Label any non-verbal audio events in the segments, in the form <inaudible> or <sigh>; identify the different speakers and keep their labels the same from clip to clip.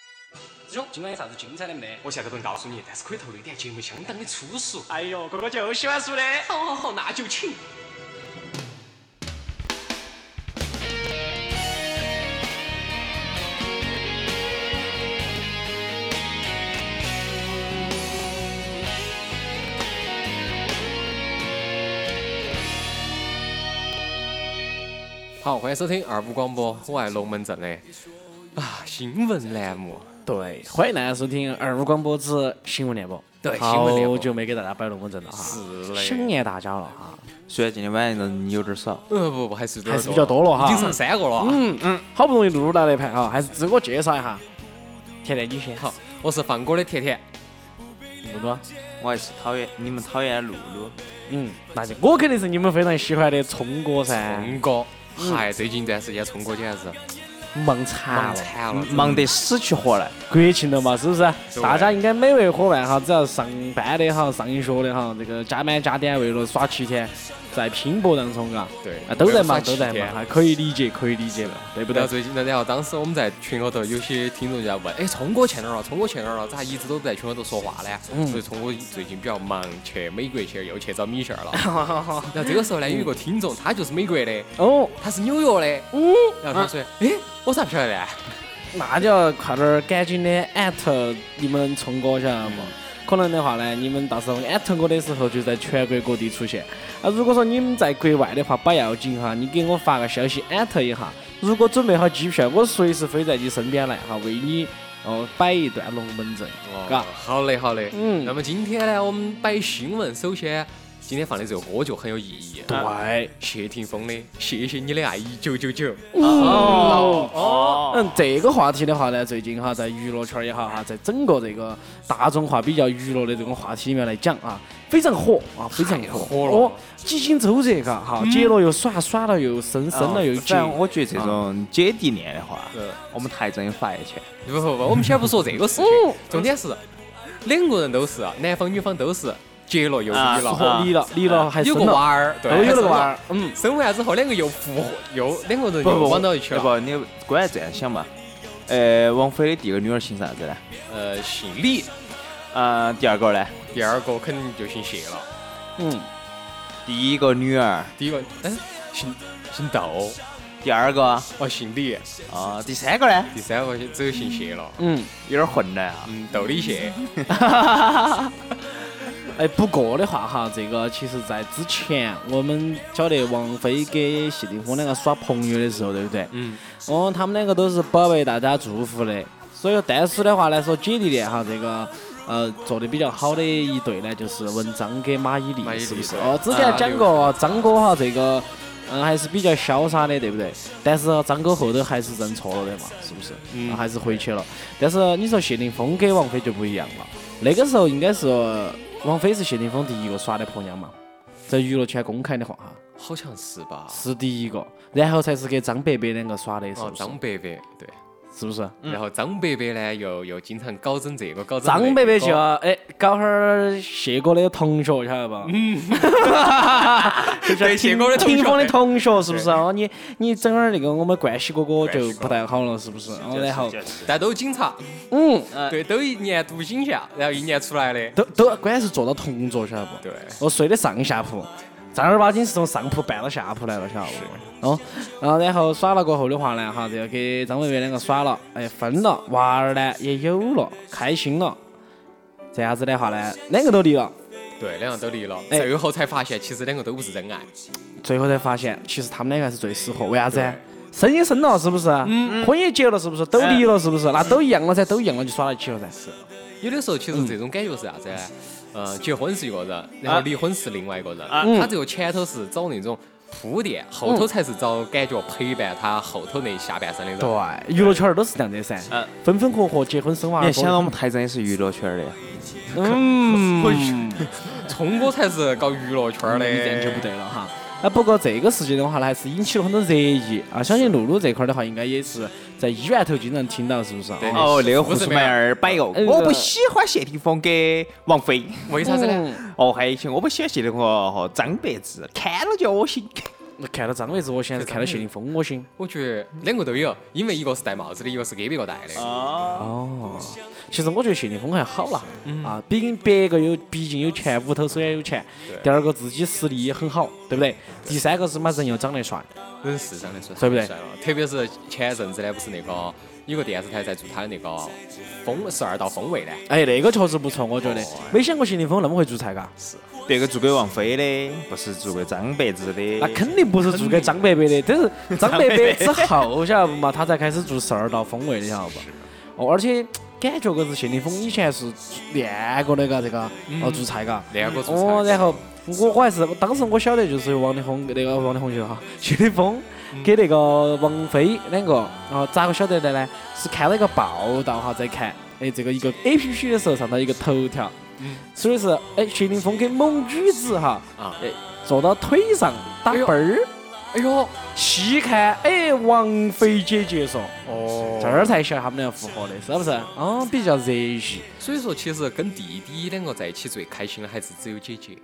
Speaker 1: 师兄，今晚有啥子精彩的没？
Speaker 2: 我现在不能告诉你，但是可以透露一点，节目相当的粗俗。
Speaker 1: 哎呦，哥哥就喜欢说的。
Speaker 2: 好好好，那就请。
Speaker 3: 好，欢迎收听二五广播，我爱龙门阵的啊新闻栏目。
Speaker 4: 对，欢迎大家收听二五广播之新闻联播。
Speaker 3: 对新闻联播
Speaker 4: 好久没给大家摆龙门阵了哈，
Speaker 3: 是嘞
Speaker 4: 想念大家了哈。
Speaker 5: 虽然今天晚上人有点少，
Speaker 3: 呃，不不，还是有点
Speaker 4: 还是比较多了哈
Speaker 3: 已经上三个了。嗯，
Speaker 4: 嗯嗯，好不容易录到了一盘哈，还是自我介绍一下。甜甜，你先。
Speaker 3: 好，，我是放歌的甜甜。
Speaker 4: 露露。
Speaker 5: 我还是讨厌你们讨厌露露。
Speaker 4: 嗯，那就我肯定是你们非常喜欢的聪哥噻，
Speaker 3: 聪哥，
Speaker 4: 哎
Speaker 3: 嗨，最近一段时间聪哥简
Speaker 4: 嗯
Speaker 3: 直是
Speaker 4: 忙惨
Speaker 3: 忙
Speaker 4: 了。嗯
Speaker 3: 惨了，
Speaker 5: 忙得死去活来，
Speaker 4: 国庆了嘛，是不是？
Speaker 3: 对
Speaker 4: 大家应该每位伙伴哈，只要上班的哈、上学的哈，这个加班加点为了耍七天，在拼搏当中啊，
Speaker 3: 对
Speaker 4: 啊都
Speaker 3: 为
Speaker 4: 在忙，
Speaker 3: 了耍七
Speaker 4: 都在
Speaker 3: 天
Speaker 4: 忙，还啊可以理解，可以理解了，对不
Speaker 3: 不到
Speaker 4: 对？
Speaker 3: 最近，然后当时我们在群里头有些听众就在问，哎，聪哥去哪儿了？聪哥去哪儿了？咋一直都在群里头说话呢？
Speaker 4: 嗯
Speaker 3: 所以聪哥最近比较忙，去美国去，又去找米线儿了。
Speaker 4: <laughs>
Speaker 3: 然后这个时候呢，有一个听众，他就是美国的，
Speaker 4: 哦，
Speaker 3: 他是纽约的，
Speaker 4: 嗯，
Speaker 3: 然后他说，哎，我咋不晓得呢？
Speaker 4: 那就要快点儿赶紧的艾特你们聪哥，晓得不？可能的话呢，你们到时候艾特我的时候就在全国各地出现。啊，如果说你们在国外的话，不要紧哈，你给我发个消息艾特一下。如果准备好机票，我随时飞在你身边来哈，为你哦摆一段龙门阵，嘎、
Speaker 3: 哦，好嘞，好嘞。
Speaker 4: 嗯
Speaker 3: 那么今天呢，我们摆新闻，首先今天放的这个歌就很有意义。啊
Speaker 4: 对，
Speaker 3: 谢霆锋的《谢谢你的爱一九九九》，
Speaker 4: 哦哦，嗯，这个话题的话呢，最近哈，在娱乐圈也好哈，在整个这个大众化比较娱乐的这种话题里面来讲啊，非常火啊，非常火
Speaker 3: 火了嗯
Speaker 4: 哦，几经周折，嘎哈，结了又耍，耍了又生，生了又结
Speaker 5: 哦反。正我觉得这种姐弟恋的话，我们台长有发言权。
Speaker 3: 呃不
Speaker 4: <laughs>
Speaker 3: 不不，我们先不说这个事
Speaker 4: 嗯
Speaker 3: 情，重点是两个人都是男方女方都是结了又离
Speaker 5: 啊
Speaker 3: 了，
Speaker 4: 哦离了，离了还
Speaker 3: 有
Speaker 4: 生
Speaker 3: 个
Speaker 4: 了，
Speaker 3: 娃儿，对，
Speaker 4: 都有了个娃
Speaker 3: 还
Speaker 4: 儿，嗯，
Speaker 3: 生了，生完之后两个又复合，又两个人
Speaker 5: 不
Speaker 3: 又
Speaker 5: 不，
Speaker 3: 往到一起
Speaker 5: 哎
Speaker 3: 了。
Speaker 5: 不，你关键这样想嘛。呃，王菲的第一个女儿姓啥子呢？
Speaker 3: 呃，姓李，
Speaker 5: 呃，第二个呢？
Speaker 3: 第二个肯定就姓谢了，
Speaker 4: 嗯，
Speaker 5: 第一个女儿，
Speaker 3: 第一个嗯姓姓窦，
Speaker 5: 第二个啊、
Speaker 3: 哦姓李，
Speaker 5: 第三个呢？
Speaker 3: 第三个只有姓谢了。
Speaker 4: 嗯，
Speaker 5: 有点混乱啊。
Speaker 3: 嗯，窦李谢，
Speaker 4: 哎，不过的话哈，这个其实在之前我们晓得王菲跟谢霆锋两个耍朋友的时候，对不对？
Speaker 3: 嗯，
Speaker 4: 哦，他们两个都是不为大家祝福的。所以，但是的话来说，姐弟恋哈，这个呃做的比较好的一对呢，就是文章跟马伊
Speaker 3: 马伊
Speaker 4: 琍，
Speaker 3: 琍
Speaker 4: 是不是？
Speaker 3: 对啊
Speaker 4: 哦，之前讲过张哥哈，这个嗯还是比较潇洒的，对不对？但是张哥后头还是认错了的嘛，是不是？
Speaker 3: 嗯
Speaker 4: 啊还是回去了。但是你说谢霆锋跟王菲就不一样了，那个时候应该是王菲是谢霆锋第一个耍的婆娘嘛，在娱乐圈公开的话哈，
Speaker 3: 好像是吧？
Speaker 4: 是第一个，然后才是跟张伯伯两个耍的，是
Speaker 3: 哦
Speaker 4: 不，是？
Speaker 3: 张伯伯，对。
Speaker 4: 是不是？
Speaker 3: 然后张伯伯呢，又又经常搞整这个，搞整
Speaker 4: 张
Speaker 3: 那
Speaker 4: 伯伯
Speaker 3: 个
Speaker 4: 就要哎搞哈儿谢哥的同学，晓得不？ <laughs> 嗯，
Speaker 3: 对谢哥的同学
Speaker 4: 霆锋的同学是不是？哦，你你整点儿那个我们冠希哥哥就不太好了，是不是？哦，然后
Speaker 3: 但都警察，
Speaker 4: 嗯，
Speaker 3: 对，都一年读警校，然后一年出来的，
Speaker 4: 都都关键是坐到同桌，晓得不？
Speaker 3: 对，
Speaker 4: 我睡的上下铺，正儿八经是从上铺搬到下铺来了，晓得不？哦，然后然后耍了过后的话呢，哈，这个跟张伟伟两个耍了，哎，分了，娃儿呢也有了，开心了，这样子的话呢，两个都离了。
Speaker 3: 对，两个都离了，
Speaker 4: 哎
Speaker 3: 最后才发现其实两个都不是真爱，
Speaker 4: 最后才发现，其实他们两个还是最适合。为啥子？嗯生也生了，是不是？婚也结了，是不是？都离了，是不是？那都一样了噻，都一样了，就耍到一起了噻。是。
Speaker 3: 有的时候其实这种感觉是啥子
Speaker 4: 嗯
Speaker 3: 呢？呃，结婚是一个人，然后离婚是另外一个人，
Speaker 4: 嗯
Speaker 3: 他这个前头是找那种铺垫，后头才是找感觉陪伴他后头那下半生的人。
Speaker 4: 对，娱乐圈儿都是这样的�噻，分分合合，结婚生娃。
Speaker 5: 你还想到我们台长也是娱乐圈的，
Speaker 4: <laughs> 嗯，
Speaker 3: 聪哥才是搞娱乐圈儿的，
Speaker 4: 你这样嗯就不对了哈。那不过这个事情的话呢，还是引起了很多热议啊。相信露露这块儿的话，应该也是在医院头经常听到，是不是？
Speaker 3: 对
Speaker 4: 哦
Speaker 5: 哦，那个护士妹儿摆个，
Speaker 4: 哎
Speaker 5: 我不喜欢谢霆锋跟王菲。
Speaker 3: 为啥子呢？
Speaker 4: 嗯
Speaker 5: 哦，还有一些我不喜欢谢霆锋和张柏芝，看了就恶心。
Speaker 4: 看到嗯张卫志我心，还是看到谢霆锋我心？
Speaker 3: 我觉得两个都有，因为一个是戴帽子的，一个是给别个戴的。
Speaker 4: 啊
Speaker 5: 哦，
Speaker 4: 哦，其实我觉得谢霆锋还好啦，啊，毕竟别个有，毕竟有钱，屋头虽然有钱，第二个自己实力也很好，对不对？第三个是嘛，人又长得帅，
Speaker 3: 人是长得帅，
Speaker 4: 对不对
Speaker 3: 帅了？特别是前阵子呢，不是那个有个电视台在做他的那个风十二道风味呢，
Speaker 4: 哎，那个确实不错，我觉得。没想过谢霆锋那么会做菜嘎，
Speaker 5: 别个做给王菲的，不是做给张柏芝的。
Speaker 4: 那肯定不是做给张伯伯的，但 <laughs> 是张伯伯之后，晓得不嘛？他才开始做十二道风味的，晓得不？哦，而且感觉个是谢霆锋以前是练过的嘎，这个哦做菜嘎。
Speaker 3: 那个做菜
Speaker 4: 哦，然后我我还是当时我晓得就是王力宏那个王力宏去哈，谢霆锋跟那个王菲两个，然后咋个晓得的呢？是看了一个报道哈，在看哎这个一个 A P P 的时候上到一个头条，说的是哎谢霆锋跟某女子哈
Speaker 3: 啊，
Speaker 4: 哎坐到腿上打
Speaker 3: 哎呦
Speaker 4: 啵儿，
Speaker 3: 哎呦，
Speaker 4: 细看哎王菲姐姐说，这
Speaker 3: 哦，
Speaker 4: 儿才晓得他们俩复合的，是不是？哦，比较热血，
Speaker 3: 所以说其实跟弟弟两个在一起最开心的还是只有姐姐，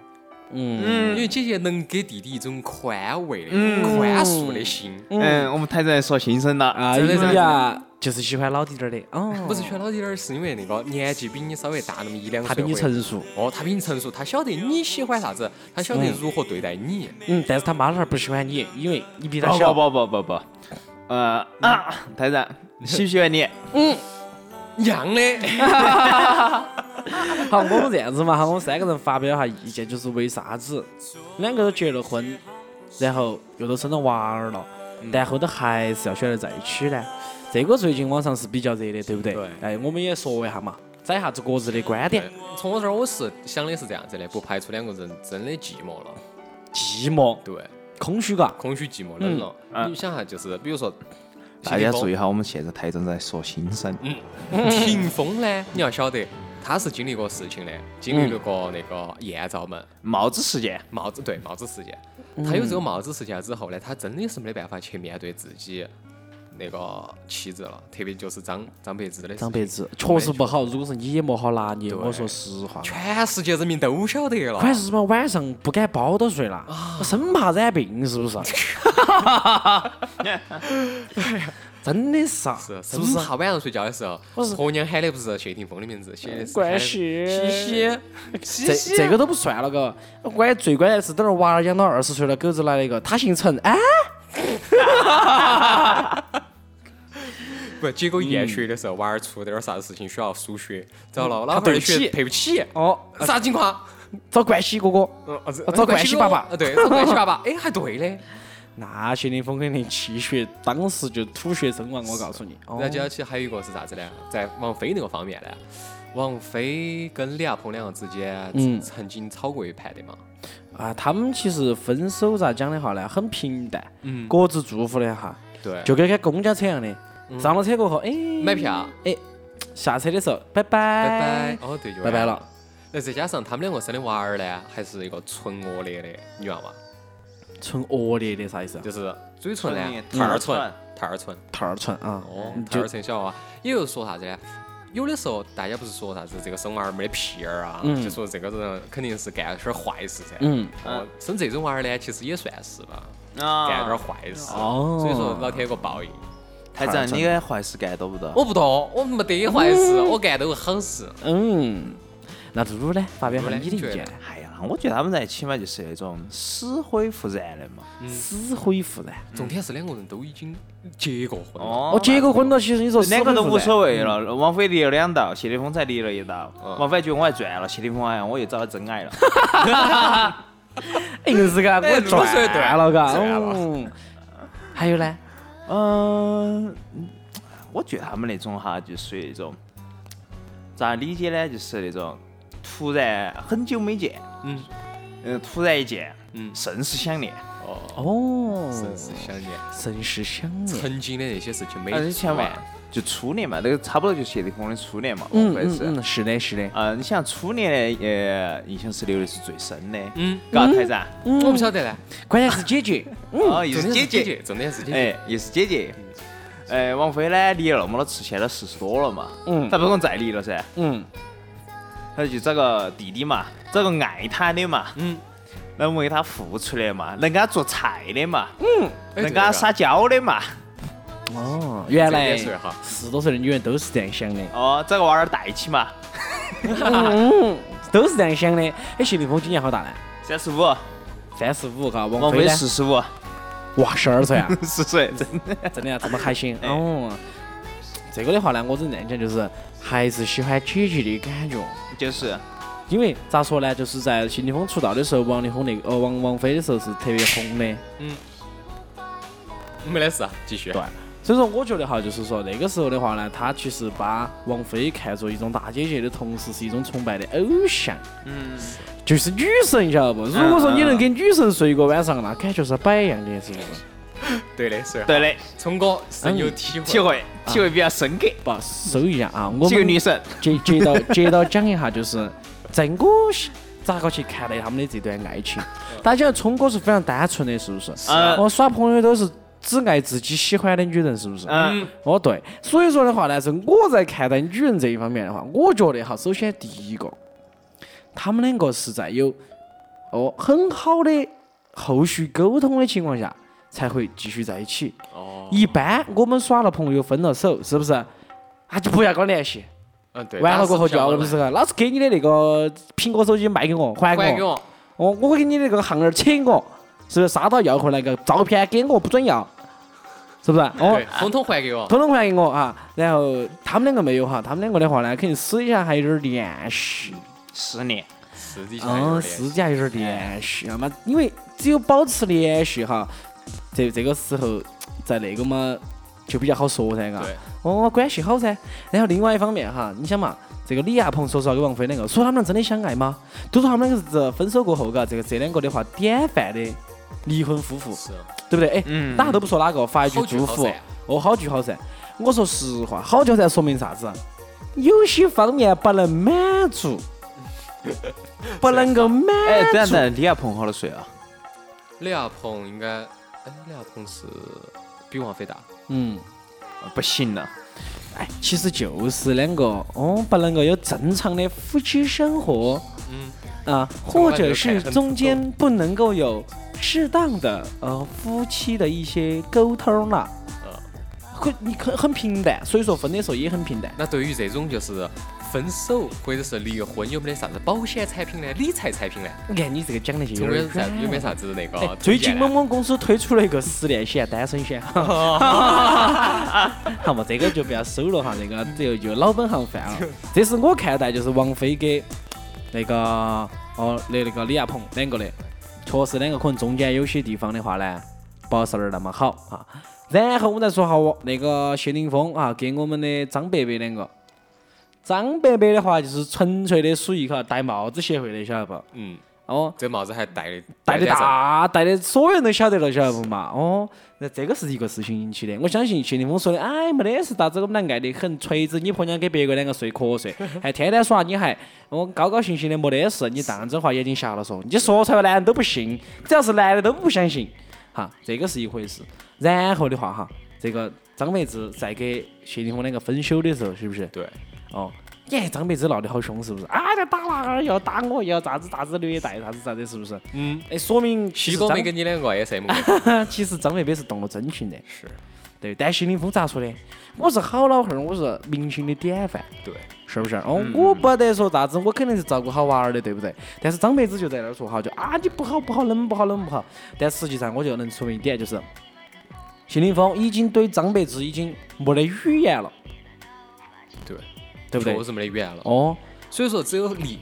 Speaker 4: 嗯，
Speaker 3: 因
Speaker 5: 嗯
Speaker 3: 为姐姐能给弟弟一种宽慰的、宽恕的心，
Speaker 5: 嗯，我啊们台在说心声了
Speaker 4: 哎
Speaker 3: 真的真的
Speaker 4: 呀，就是喜欢老弟点儿的哦，
Speaker 3: 不是选老弟儿，是因为那个年纪比你稍微大那么一两岁，
Speaker 4: 他比你
Speaker 3: 会
Speaker 4: 成熟。
Speaker 3: 哦，他比你成熟，他晓得你喜欢啥子，他晓得如何对待你。
Speaker 4: 嗯，但是他妈老汉儿不喜欢你，因为你比他
Speaker 3: 哦
Speaker 5: 不
Speaker 4: 小。
Speaker 5: 不不不不，呃啊，台长喜不喜 <laughs> 欢你？
Speaker 3: 一样的，
Speaker 4: 好，我们这样子嘛，好，我们三个人发表一下意见，就是为啥子两个都结了婚，然后又都生了娃儿了，
Speaker 3: 嗯
Speaker 4: 但后头还是要选择在一起呢？这个最近网上是比较热的，对不对？
Speaker 3: 对
Speaker 4: 哎，我们也说一下嘛，摘下子各自的观点。
Speaker 3: <laughs> 从我这儿我是想的是这样子的，不排除两个人真的寂寞了，
Speaker 4: 寂寞、
Speaker 3: 对，
Speaker 4: 空虚，嘎。
Speaker 3: 空虚、寂寞、冷了。
Speaker 5: 嗯
Speaker 3: 你想哈，就是比如说，
Speaker 5: 大家注
Speaker 3: 意，
Speaker 5: 意哈，我们现在台长在说心声。
Speaker 3: 霆锋呢，你要晓得他是经历过事情的，经历了过那个艳照门
Speaker 5: 帽子事件，
Speaker 3: 帽子对帽子事件，他有这个帽子事件之后呢，他真的是没得办法去面对自己那个妻子了，特别就是张张柏芝的事情
Speaker 4: 张柏芝确实不好，如果是你也没好拿捏，
Speaker 3: 对
Speaker 4: 我说实话。
Speaker 3: 全世界人民都晓得了。
Speaker 4: 关键是什么？晚上不敢包到睡了，我生怕染病，是不 <laughs> 是？真的是啊，
Speaker 3: 是，
Speaker 4: 是不是
Speaker 3: 生？怕晚上睡觉的时候
Speaker 4: 我是，呃
Speaker 3: 婆娘喊的不是谢霆锋的名字，写的是
Speaker 4: 关
Speaker 3: 西
Speaker 4: 系
Speaker 3: 西
Speaker 4: <laughs>
Speaker 3: 西
Speaker 4: 这
Speaker 3: 西，
Speaker 4: 这个都不算了，嘎。关最关键是等儿娃儿养到二十岁了，狗子来了一个，他姓陈，啊，
Speaker 3: 不，结果验血的时候，娃儿出点儿啥子事情需要输血，找
Speaker 4: 嗯
Speaker 3: 了老汉儿的血
Speaker 4: 赔
Speaker 3: 赔不起，
Speaker 4: 哦，
Speaker 3: 啥情况？
Speaker 4: 找冠希哥哥。
Speaker 3: 嗯啊这
Speaker 4: 找冠希爸爸
Speaker 3: 啊对，找冠希爸
Speaker 4: <laughs>
Speaker 3: 爸，哎，还对的，
Speaker 4: 那谢霆锋肯定气血，当时就吐血身亡，我告诉你。哦
Speaker 3: 然后接下去还有一个是啥子呢？在王菲那个方面呢，王菲跟李亚鹏两个之间
Speaker 4: 嗯
Speaker 3: 曾经吵过一盘的嘛，
Speaker 4: 啊，他们其实分手咋讲的话呢，很平淡，各自祝福了一下，
Speaker 3: 对，
Speaker 4: 就跟开公交车一样的，上了车过后，哎，
Speaker 3: 哎嗯买票，
Speaker 4: 哎，下车的时候，拜
Speaker 3: 拜
Speaker 4: 拜
Speaker 3: 拜，哦对，就
Speaker 4: 拜拜
Speaker 3: 完
Speaker 4: 了。
Speaker 3: 那再加上他们两个生的娃儿呢，还是一个纯恶劣的女娃娃，
Speaker 4: 纯恶劣的啥意思啊？
Speaker 3: 就是嘴唇呢
Speaker 5: 嗯，
Speaker 3: 太儿
Speaker 5: 嗯
Speaker 3: 唇，太儿唇，
Speaker 4: 套儿唇啊，
Speaker 3: 哦，
Speaker 4: 嗯
Speaker 3: 胎
Speaker 4: 就
Speaker 3: 儿生小娃娃，也就是说啥子呢？有的时候大家不是说啥子这个生娃儿没得屁眼儿啊，
Speaker 4: 嗯
Speaker 3: 就说这个人肯定是干了点儿坏事噻。
Speaker 4: 嗯，
Speaker 3: 哦，生这种娃儿呢，其实也算是吧，干了点儿
Speaker 5: 啊，
Speaker 3: 坏事。
Speaker 4: 哦
Speaker 3: 所以说老天有个报应。
Speaker 5: 台长，你该坏事干多不多？
Speaker 3: 我不动，我没得坏事，我干都是好事。
Speaker 4: 嗯，那嘟嘟呢？发表下你的意
Speaker 3: 嘟嘟呢
Speaker 4: 见
Speaker 3: 你觉得。
Speaker 5: 哎呀，我觉得他们在一起嘛，就是那种死灰复燃的嘛。
Speaker 3: 嗯
Speaker 4: 死灰复燃。
Speaker 3: 重点是两个人都已经结过婚了，
Speaker 5: 哦
Speaker 4: 我结过婚了，其实你说
Speaker 5: 两个都无所
Speaker 4: 谓。
Speaker 5: 谓了，王菲离了两道，谢霆锋才离了一道。王菲觉得我还赚了，谢霆锋哎呀，我又找到真爱了。
Speaker 4: 硬
Speaker 3: <laughs>
Speaker 4: 是嘎，
Speaker 3: 哎
Speaker 4: 我
Speaker 3: 对
Speaker 4: 赚了嘎。
Speaker 3: 赚了
Speaker 4: 嗯，还有呢？
Speaker 5: 嗯，我觉得他们那种哈，就属于那种咋理解呢？就是那种突然很久没见，
Speaker 3: 嗯
Speaker 5: 嗯，突然一见，
Speaker 3: 嗯
Speaker 5: 甚是想念。
Speaker 3: 哦，
Speaker 4: 哦，
Speaker 3: 真是想念
Speaker 4: 真是想念。
Speaker 3: 曾经的那些事情没
Speaker 5: 而且
Speaker 3: 做
Speaker 5: 前嘛
Speaker 3: 完。，
Speaker 5: 就初恋嘛，那个差不多就是谢霆锋的初恋嘛，
Speaker 4: 嗯
Speaker 5: 我
Speaker 4: 嗯
Speaker 5: 是。
Speaker 4: 嗯，是的，是的。
Speaker 5: 呃，你想初恋的呃印象是留的是最深的，
Speaker 3: 嗯，
Speaker 5: 嘎台长，
Speaker 3: 我不晓得呢，
Speaker 4: 关键是
Speaker 3: <laughs>
Speaker 4: 姐姐，
Speaker 5: 哦，又
Speaker 3: 重
Speaker 5: 是
Speaker 3: 点
Speaker 5: 姐
Speaker 3: 是姐
Speaker 5: 姐，
Speaker 3: 姐，重点是姐姐。
Speaker 5: 哎，又是姐姐，哎，王菲呢离了那么多次，现在都四十多了嘛，
Speaker 4: 嗯
Speaker 5: 她不可能再离了噻，
Speaker 4: 嗯，
Speaker 5: 她就找个弟弟嘛，找个爱她的嘛，
Speaker 3: 嗯，
Speaker 5: 那我们给他付出的嘛，能给他做菜的嘛，
Speaker 3: 哎
Speaker 5: 能给他
Speaker 3: 这个啊
Speaker 5: 撒娇的嘛。
Speaker 4: 哦，原来
Speaker 3: 这点是哈
Speaker 4: 四十多岁的女人都是这样想的，
Speaker 5: 哦，找个娃儿带起嘛，
Speaker 4: 都是这样想的。哎，谢霆锋今年好大呢？
Speaker 5: 三十五，
Speaker 4: 三十五，嘎，
Speaker 5: 王
Speaker 4: 王菲
Speaker 5: 菲
Speaker 4: 呢？
Speaker 5: 四十五，
Speaker 4: 哇，十二岁
Speaker 5: <laughs>
Speaker 4: 啊！
Speaker 5: 四岁，真的。
Speaker 4: 真的啊，这么还行。
Speaker 5: 哎
Speaker 4: 哦，这个的话呢，我只能讲就是还是喜欢姐姐的感觉。
Speaker 5: 就是
Speaker 4: 因为咋说呢，就是在谢霆锋出道的时候，王力宏那个呃王王菲的时候是特别红的，
Speaker 3: 没得事啊，继续。
Speaker 4: 对。所以说，我觉得哈，就是说那个时候的话呢，他其实把王菲看作一种大姐姐的同时，是一种崇拜的偶像，
Speaker 5: 嗯，
Speaker 4: 就是女神，晓得不？如果说你能跟女神睡一个晚上，那感觉是摆一样的，是不是？
Speaker 3: 对的，是。
Speaker 5: <laughs>
Speaker 3: 啊
Speaker 5: 对的，
Speaker 3: 聪哥深
Speaker 4: 嗯
Speaker 3: 有体会。
Speaker 5: 体会体会比较深刻。
Speaker 4: 不，搜一下啊，我
Speaker 5: 几个
Speaker 4: 们
Speaker 5: 女神，
Speaker 4: 接接到接到讲一下，就是在我是咋个去看待他们的这段爱
Speaker 5: <laughs>
Speaker 4: 情？大家聪哥是非常单纯的，是不是？
Speaker 5: 啊
Speaker 4: 我耍朋友都是只爱自己喜欢的女人，是不是？
Speaker 5: 嗯，
Speaker 4: 哦，对，所以说的话呢，是我在看待女人这一方面的话，我觉得哈，首先第一个，他们两个是在有哦很好的后续沟通的情况下，才会继续在一起。
Speaker 3: 哦，
Speaker 4: 一般我们耍了朋友分了手，是不是？啊，就不要跟我联系。
Speaker 3: 嗯，对。
Speaker 4: 完了过后就
Speaker 3: 当
Speaker 4: 要
Speaker 3: 时
Speaker 4: 不是，老子给你的那个苹果手机卖给我，还
Speaker 3: 不要了还
Speaker 4: 给
Speaker 3: 给
Speaker 4: 我，
Speaker 3: 我，
Speaker 4: 哦，我给你那个项链儿扯我，是不是？啥都要回来个照片给我，不准要，是不是？哦
Speaker 3: 对，，统统还给我。
Speaker 4: 统统还给我啊。然后他们两个没有哈，他们两个的话呢，肯定私底下还有点儿联系，
Speaker 5: 十年，
Speaker 3: 私底下有哎点
Speaker 4: 嗯，
Speaker 3: 儿
Speaker 4: 私底下有点儿联系，那么因为只有保持联系哈，这这个时候在那个嘛就比较好说噻，嘎。
Speaker 3: 对，
Speaker 4: 哦，关系好噻。然后另外一方面哈，你想嘛，这个李亚鹏说实话跟王菲两个，说他们俩真的相爱吗？都说他们两个是分手过后，嘎，这个这两个的话，典范的离婚夫妇，
Speaker 3: 是啊
Speaker 4: 对不对？哎，
Speaker 5: 嗯
Speaker 4: 哪个都不说哪个，发一句
Speaker 3: 好聚啊
Speaker 4: 祝
Speaker 3: 好
Speaker 4: 福
Speaker 3: 散，
Speaker 4: 哦，好聚好散。我说实话，好聚好散说明啥子？啊有些方面不能满足， <laughs> 不能够满
Speaker 5: 哎，等下
Speaker 4: 足。
Speaker 5: 等下，李亚鹏好多岁啊？
Speaker 3: 李亚鹏应该，哎，李亚鹏是比王菲大。
Speaker 4: 嗯，
Speaker 5: 不行了，
Speaker 4: 哎，其实就是两个哦，不能够有正常的夫妻生活。
Speaker 3: 嗯，
Speaker 4: 啊，
Speaker 3: 从
Speaker 4: 或
Speaker 3: 来没
Speaker 4: 者
Speaker 3: 有
Speaker 4: 是
Speaker 3: 看很
Speaker 4: 中间不能够有适当的呃夫妻的一些沟通了，
Speaker 3: 嗯
Speaker 4: 会你很很平淡，所以说分的时候也很平淡。
Speaker 3: 那对于这种就是分手或者是离婚，有没得啥子保险产品呢？理财产品呢？
Speaker 4: 你看你这个讲的就
Speaker 3: 聪
Speaker 4: 有
Speaker 3: 哥有
Speaker 4: 点
Speaker 3: 啥有没
Speaker 4: 软
Speaker 3: 有啥子啊那
Speaker 4: 哎
Speaker 3: 个？
Speaker 4: 最近某。某公司推出了一个失恋险、单身 <laughs> 险，好嘛，这个就不要收了哈，这个这个就老本
Speaker 3: <laughs>
Speaker 4: 行饭了。这是我看待就是王菲跟那个哦那那个李亚鹏两个的，确实两个可能中间有些地方的话呢，不是那么好啊。然后我们再说下我那个谢霆锋啊，跟我们的张伯伯两个。张伯伯的话就是纯粹的属于哈戴帽子协会的，晓得不？
Speaker 3: 嗯，
Speaker 4: 哦，
Speaker 3: 这帽子还戴的
Speaker 4: 戴
Speaker 3: 得
Speaker 4: 的
Speaker 3: 上。
Speaker 4: 大，戴的所有人都晓得了，晓得不嘛？哦，那这个是一个事情引起的。我相信谢霆锋说的，哎，没得事，大子我们俩爱得很，锤子你婆娘给别个两个睡瞌睡，还天天耍，你还我高高兴兴的没得事，你当真话眼睛瞎了说，你说出来男人都不信，只要是男的都不相信，哈，这个是一回事。然后的话哈，这个张柏芝在给谢霆锋两个分手的时候，是不是？
Speaker 3: 对，
Speaker 4: 哦，耶，张柏芝闹得好凶，是不是？啊，要打那儿，要打我，要咋子咋子虐待，咋子咋子，是不是？
Speaker 3: 嗯，
Speaker 4: 哎，说明其
Speaker 3: 西
Speaker 4: 实
Speaker 3: 哥
Speaker 4: 张
Speaker 3: 没跟你两个 SM 过。
Speaker 4: 其实张伯伯是动了真情的，
Speaker 3: 是，
Speaker 4: 对。但谢霆锋咋说的？我是好老汉儿，我是明星的典范，
Speaker 3: 对，
Speaker 4: 是不是？哦，
Speaker 3: 嗯
Speaker 4: 我不得说啥子，我肯定是照顾好娃儿的，对不对？但是张柏芝就在那儿说哈，就啊你不好不好，冷不好冷不好。但实际上我就能说明一点，就是谢霆锋已经对张柏芝已经没得语言了，
Speaker 3: 对，
Speaker 4: 对不对
Speaker 3: 确？实没得缘了。
Speaker 4: 哦，
Speaker 3: 所以说只有离。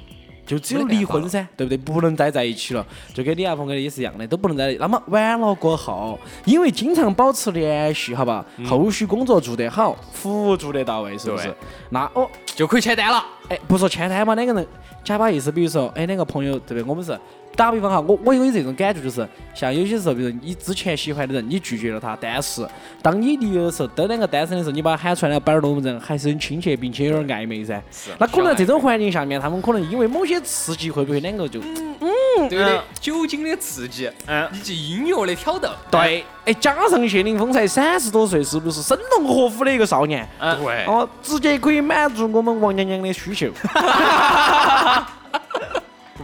Speaker 4: 就只有离婚噻，对不对？不能再在一起了，就跟李亚鹏跟的也是一样的，都不能再。那么完了过后，因为经常保持联系，好吧，后续工作做得好，服务做得到位，是不是
Speaker 3: 对？
Speaker 4: 那哦，
Speaker 3: 就可以签单了。
Speaker 4: 哎，不说签单嘛，两个人假把意思，比如说，哎，两个朋友，对不对？我们是打比方哈，我我有这种感觉，就是像有些时候，比如你之前喜欢的人，你拒绝了他，但是当你离了的时候，都两个单身的时候，你把他喊出来，摆儿龙门阵，还是很亲切，并且有点暧昧噻。
Speaker 3: 是
Speaker 4: 那可能在这种环境下面，他们可能因为某些刺激，会不会两个就
Speaker 3: 嗯对的，酒精的刺激，
Speaker 5: 嗯
Speaker 3: 以及音乐的挑逗。
Speaker 5: 对，
Speaker 4: 哎，加上谢霆锋才三十多岁，是不是生龙活虎的一个少年？
Speaker 5: 嗯，
Speaker 3: 对，
Speaker 4: 哦，直接可以满足我们王娘娘的需求，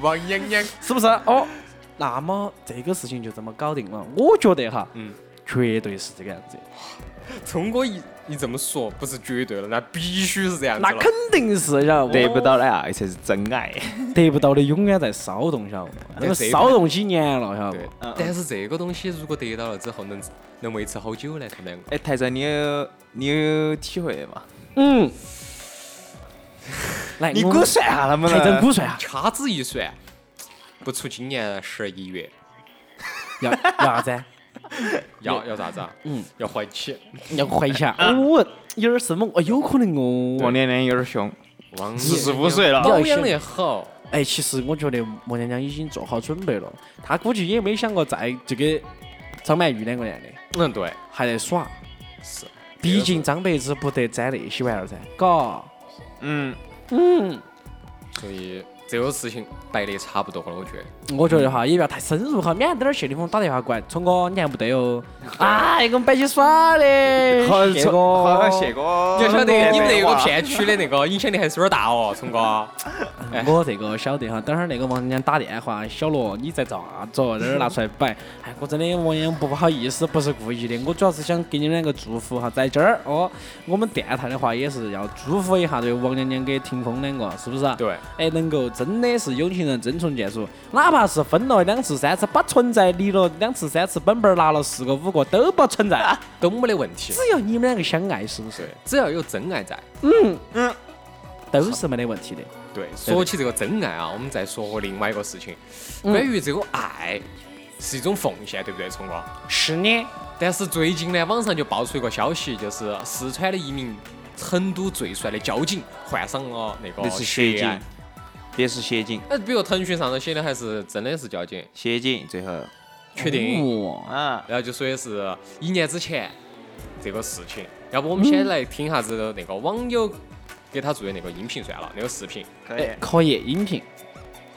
Speaker 3: 王娘娘
Speaker 4: 是不是？哦，那么这个事情就这么搞定了。我觉得哈，嗯，绝对是这个样子，
Speaker 3: 聪哥一一这么说，不是绝对了，那必须是这样子
Speaker 4: 那
Speaker 3: 了
Speaker 4: 肯定是晓得
Speaker 5: 得
Speaker 4: 不？
Speaker 5: 不到的爱才是真爱。
Speaker 4: 得不到的永远在骚动，晓得哎不？那
Speaker 3: 但
Speaker 4: 个
Speaker 3: 这一
Speaker 4: 骚动几年了，晓得
Speaker 3: 对
Speaker 4: 不？，
Speaker 3: 但是这个东西如果得到了之后，能能维持好久呢？他们两个
Speaker 5: 哎，台长，你有你有体会吗？
Speaker 4: <laughs> 嗯，来，
Speaker 5: 你啊
Speaker 4: 我
Speaker 5: 估算下能不能？
Speaker 4: 台长估算下，
Speaker 3: 掐指一算，不出今年十一月，
Speaker 4: 要 <laughs> 要啥子啊？
Speaker 3: 要要啥子啊？嗯，要还起。
Speaker 4: 要怀一 <laughs> 下，哦，有点什么？哦，有可能
Speaker 5: 王
Speaker 4: 哦。
Speaker 5: 娘娘有点凶，
Speaker 3: 往
Speaker 5: 四十五岁了
Speaker 3: 保养得好，
Speaker 4: 哎，其实我觉得莫娘娘已经做好准备了，她估计也没想过再就跟张曼玉两个男的
Speaker 3: 嗯，对，
Speaker 4: 还在耍，
Speaker 3: 是。
Speaker 4: 毕竟张柏芝不得沾那些玩意儿噻，嘎。
Speaker 5: 嗯，
Speaker 3: 所以这个事情摆得差不多了，我觉得。
Speaker 4: 我觉得哈，也不要太深入哈，免得等会儿谢霆锋打电话过来，聪哥你还不对 <laughs> 哦，哎，我们摆起耍的，
Speaker 5: 好，
Speaker 4: 谢哥，
Speaker 5: 好，哦谢哥，
Speaker 3: 你要晓得，你们那个
Speaker 5: 片，
Speaker 3: 片区的那个影响力还是有点大哦，聪哥。
Speaker 4: 我这个晓得哈，等会儿那个王娘娘打电话，小罗你在咋着？在这儿拿出来摆。哎，我真的王娘不好意思，不是故意的，我主要是想给你们两个祝福哈，在这儿哦，我们电台的话也是要祝福一下对王娘娘跟霆锋两个，是不是啊？
Speaker 3: 对。
Speaker 4: 哎，能够真的是有情人终成眷属，哪怕是分了两次三次，把存在离了两次三次，本本儿拿了四个五个都不存在，
Speaker 3: 都没得问题。
Speaker 4: 只要你们两个相爱，是不是
Speaker 3: 对？，只要有真爱在。
Speaker 4: 都是没得问题的。
Speaker 3: 对，说起这个真爱啊，我们再说另外一个事情，关于这个爱是一种奉献，对不对，聪哥？
Speaker 4: 是的，
Speaker 3: 但是最近呢，网上就爆出一个消息，就是四川的一名成都最帅的交警患上了那个
Speaker 5: 那是谢
Speaker 3: 癌
Speaker 5: 景。，那是谢景，
Speaker 3: 那比如腾讯上头写的还是真的是交警，
Speaker 5: 谢景最后
Speaker 3: 确定。嗯
Speaker 4: 哇，
Speaker 5: 啊，
Speaker 3: 然后就说的是一年之前这个事情，要不我们先来听下子那个网友给他做的那个音频算了，那个视频。
Speaker 5: 可以。
Speaker 4: 哎可以，音频。
Speaker 6: 成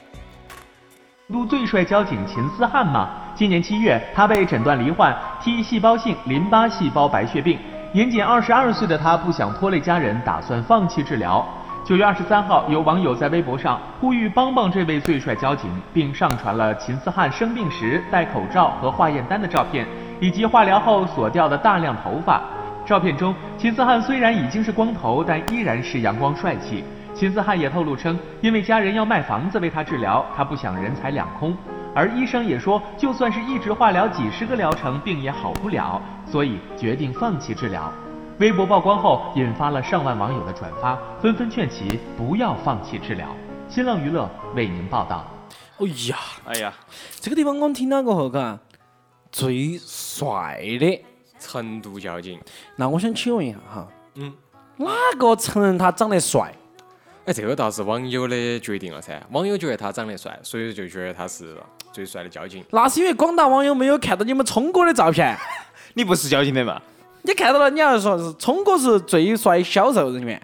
Speaker 6: 都最帅交警秦思汉嘛，今年七月，他被诊断罹患 T 细胞性淋巴细胞白血病。年仅二十二岁的他不想拖累家人，打算放弃治疗。九月二十三号，有网友在微博上呼吁帮帮这位最帅交警，并上传了秦思汉生病时戴口罩和化验单的照片，以及化疗后所掉的大量头发。照片中，秦思汉虽然已经是光头，但依然是阳光帅气。秦思汉也透露称，因为家人要卖房子为他治疗，他不想人财两空。而医生也说，就算是一直化疗几十个疗程，病也好不了，所以决定放弃治疗。微博曝光后，引发了上万网友的转发，纷纷劝其不要放弃治疗。新浪娱乐为您报道。
Speaker 4: 哎呀，
Speaker 5: 哎呀，
Speaker 4: 这个地方我们听到过后，嘎，最帅的。
Speaker 3: 成都交警，
Speaker 4: 那我想请问一下哈，嗯，哪个承认他长得帅？
Speaker 3: 哎，这个倒是网友的决定了噻。网友觉得他长得帅，所以就觉得他是最帅的交警。
Speaker 4: 那是因为广大网友没有看到你们聪哥的
Speaker 3: <laughs>
Speaker 4: 照片，
Speaker 5: 你不是交警的嘛？
Speaker 4: 你看到了，你还说是聪哥是最帅销售人员，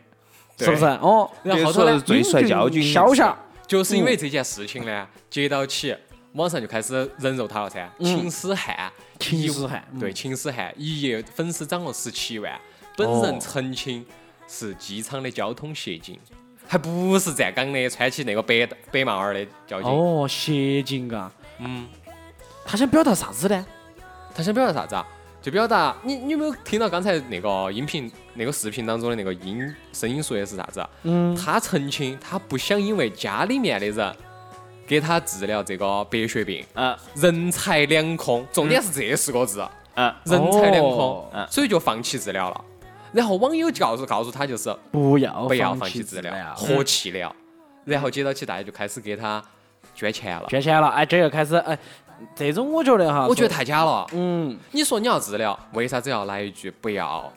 Speaker 4: 是不是？哦，
Speaker 3: 然后后头
Speaker 5: 就
Speaker 3: 呢
Speaker 5: 是，最帅交警
Speaker 4: 潇洒，
Speaker 3: 就是因为这件事情呢，
Speaker 4: 嗯
Speaker 3: 接到起网上就开始人肉他了噻。秦始汉，
Speaker 4: 秦始嗯汉嗯哦
Speaker 3: 对，秦始汉一夜粉丝涨了十七万，本人澄清是机场的交通协警，还不是站岗的穿起那个白白帽儿的交警。
Speaker 4: 哦，协警嘎，嗯，他想表达啥子呢？
Speaker 3: 他想表达啥子啊？就表达你你有没有听到刚才那个音频那个视频当中的那个音声音说的是啥子啊？嗯，他澄清他不想因为家里面的人给他治疗这个白血病，
Speaker 5: 啊
Speaker 3: 人财两空，重点是这四个字，
Speaker 5: 啊，
Speaker 3: 人财两空
Speaker 4: 哦，
Speaker 5: 嗯
Speaker 3: 所以就放弃治疗了。然后网友就告诉告诉他就是
Speaker 4: 不要
Speaker 3: 不要放
Speaker 4: 弃
Speaker 3: 弃治疗，和气疗。然后接到起大家就开始给他捐钱了，
Speaker 4: 捐钱了，哎，这又开始，哎，这种我觉得哈，
Speaker 3: 我觉得
Speaker 4: 说
Speaker 3: 太假了。
Speaker 4: 嗯，
Speaker 3: 你说你要治疗，为啥子要来一句不要？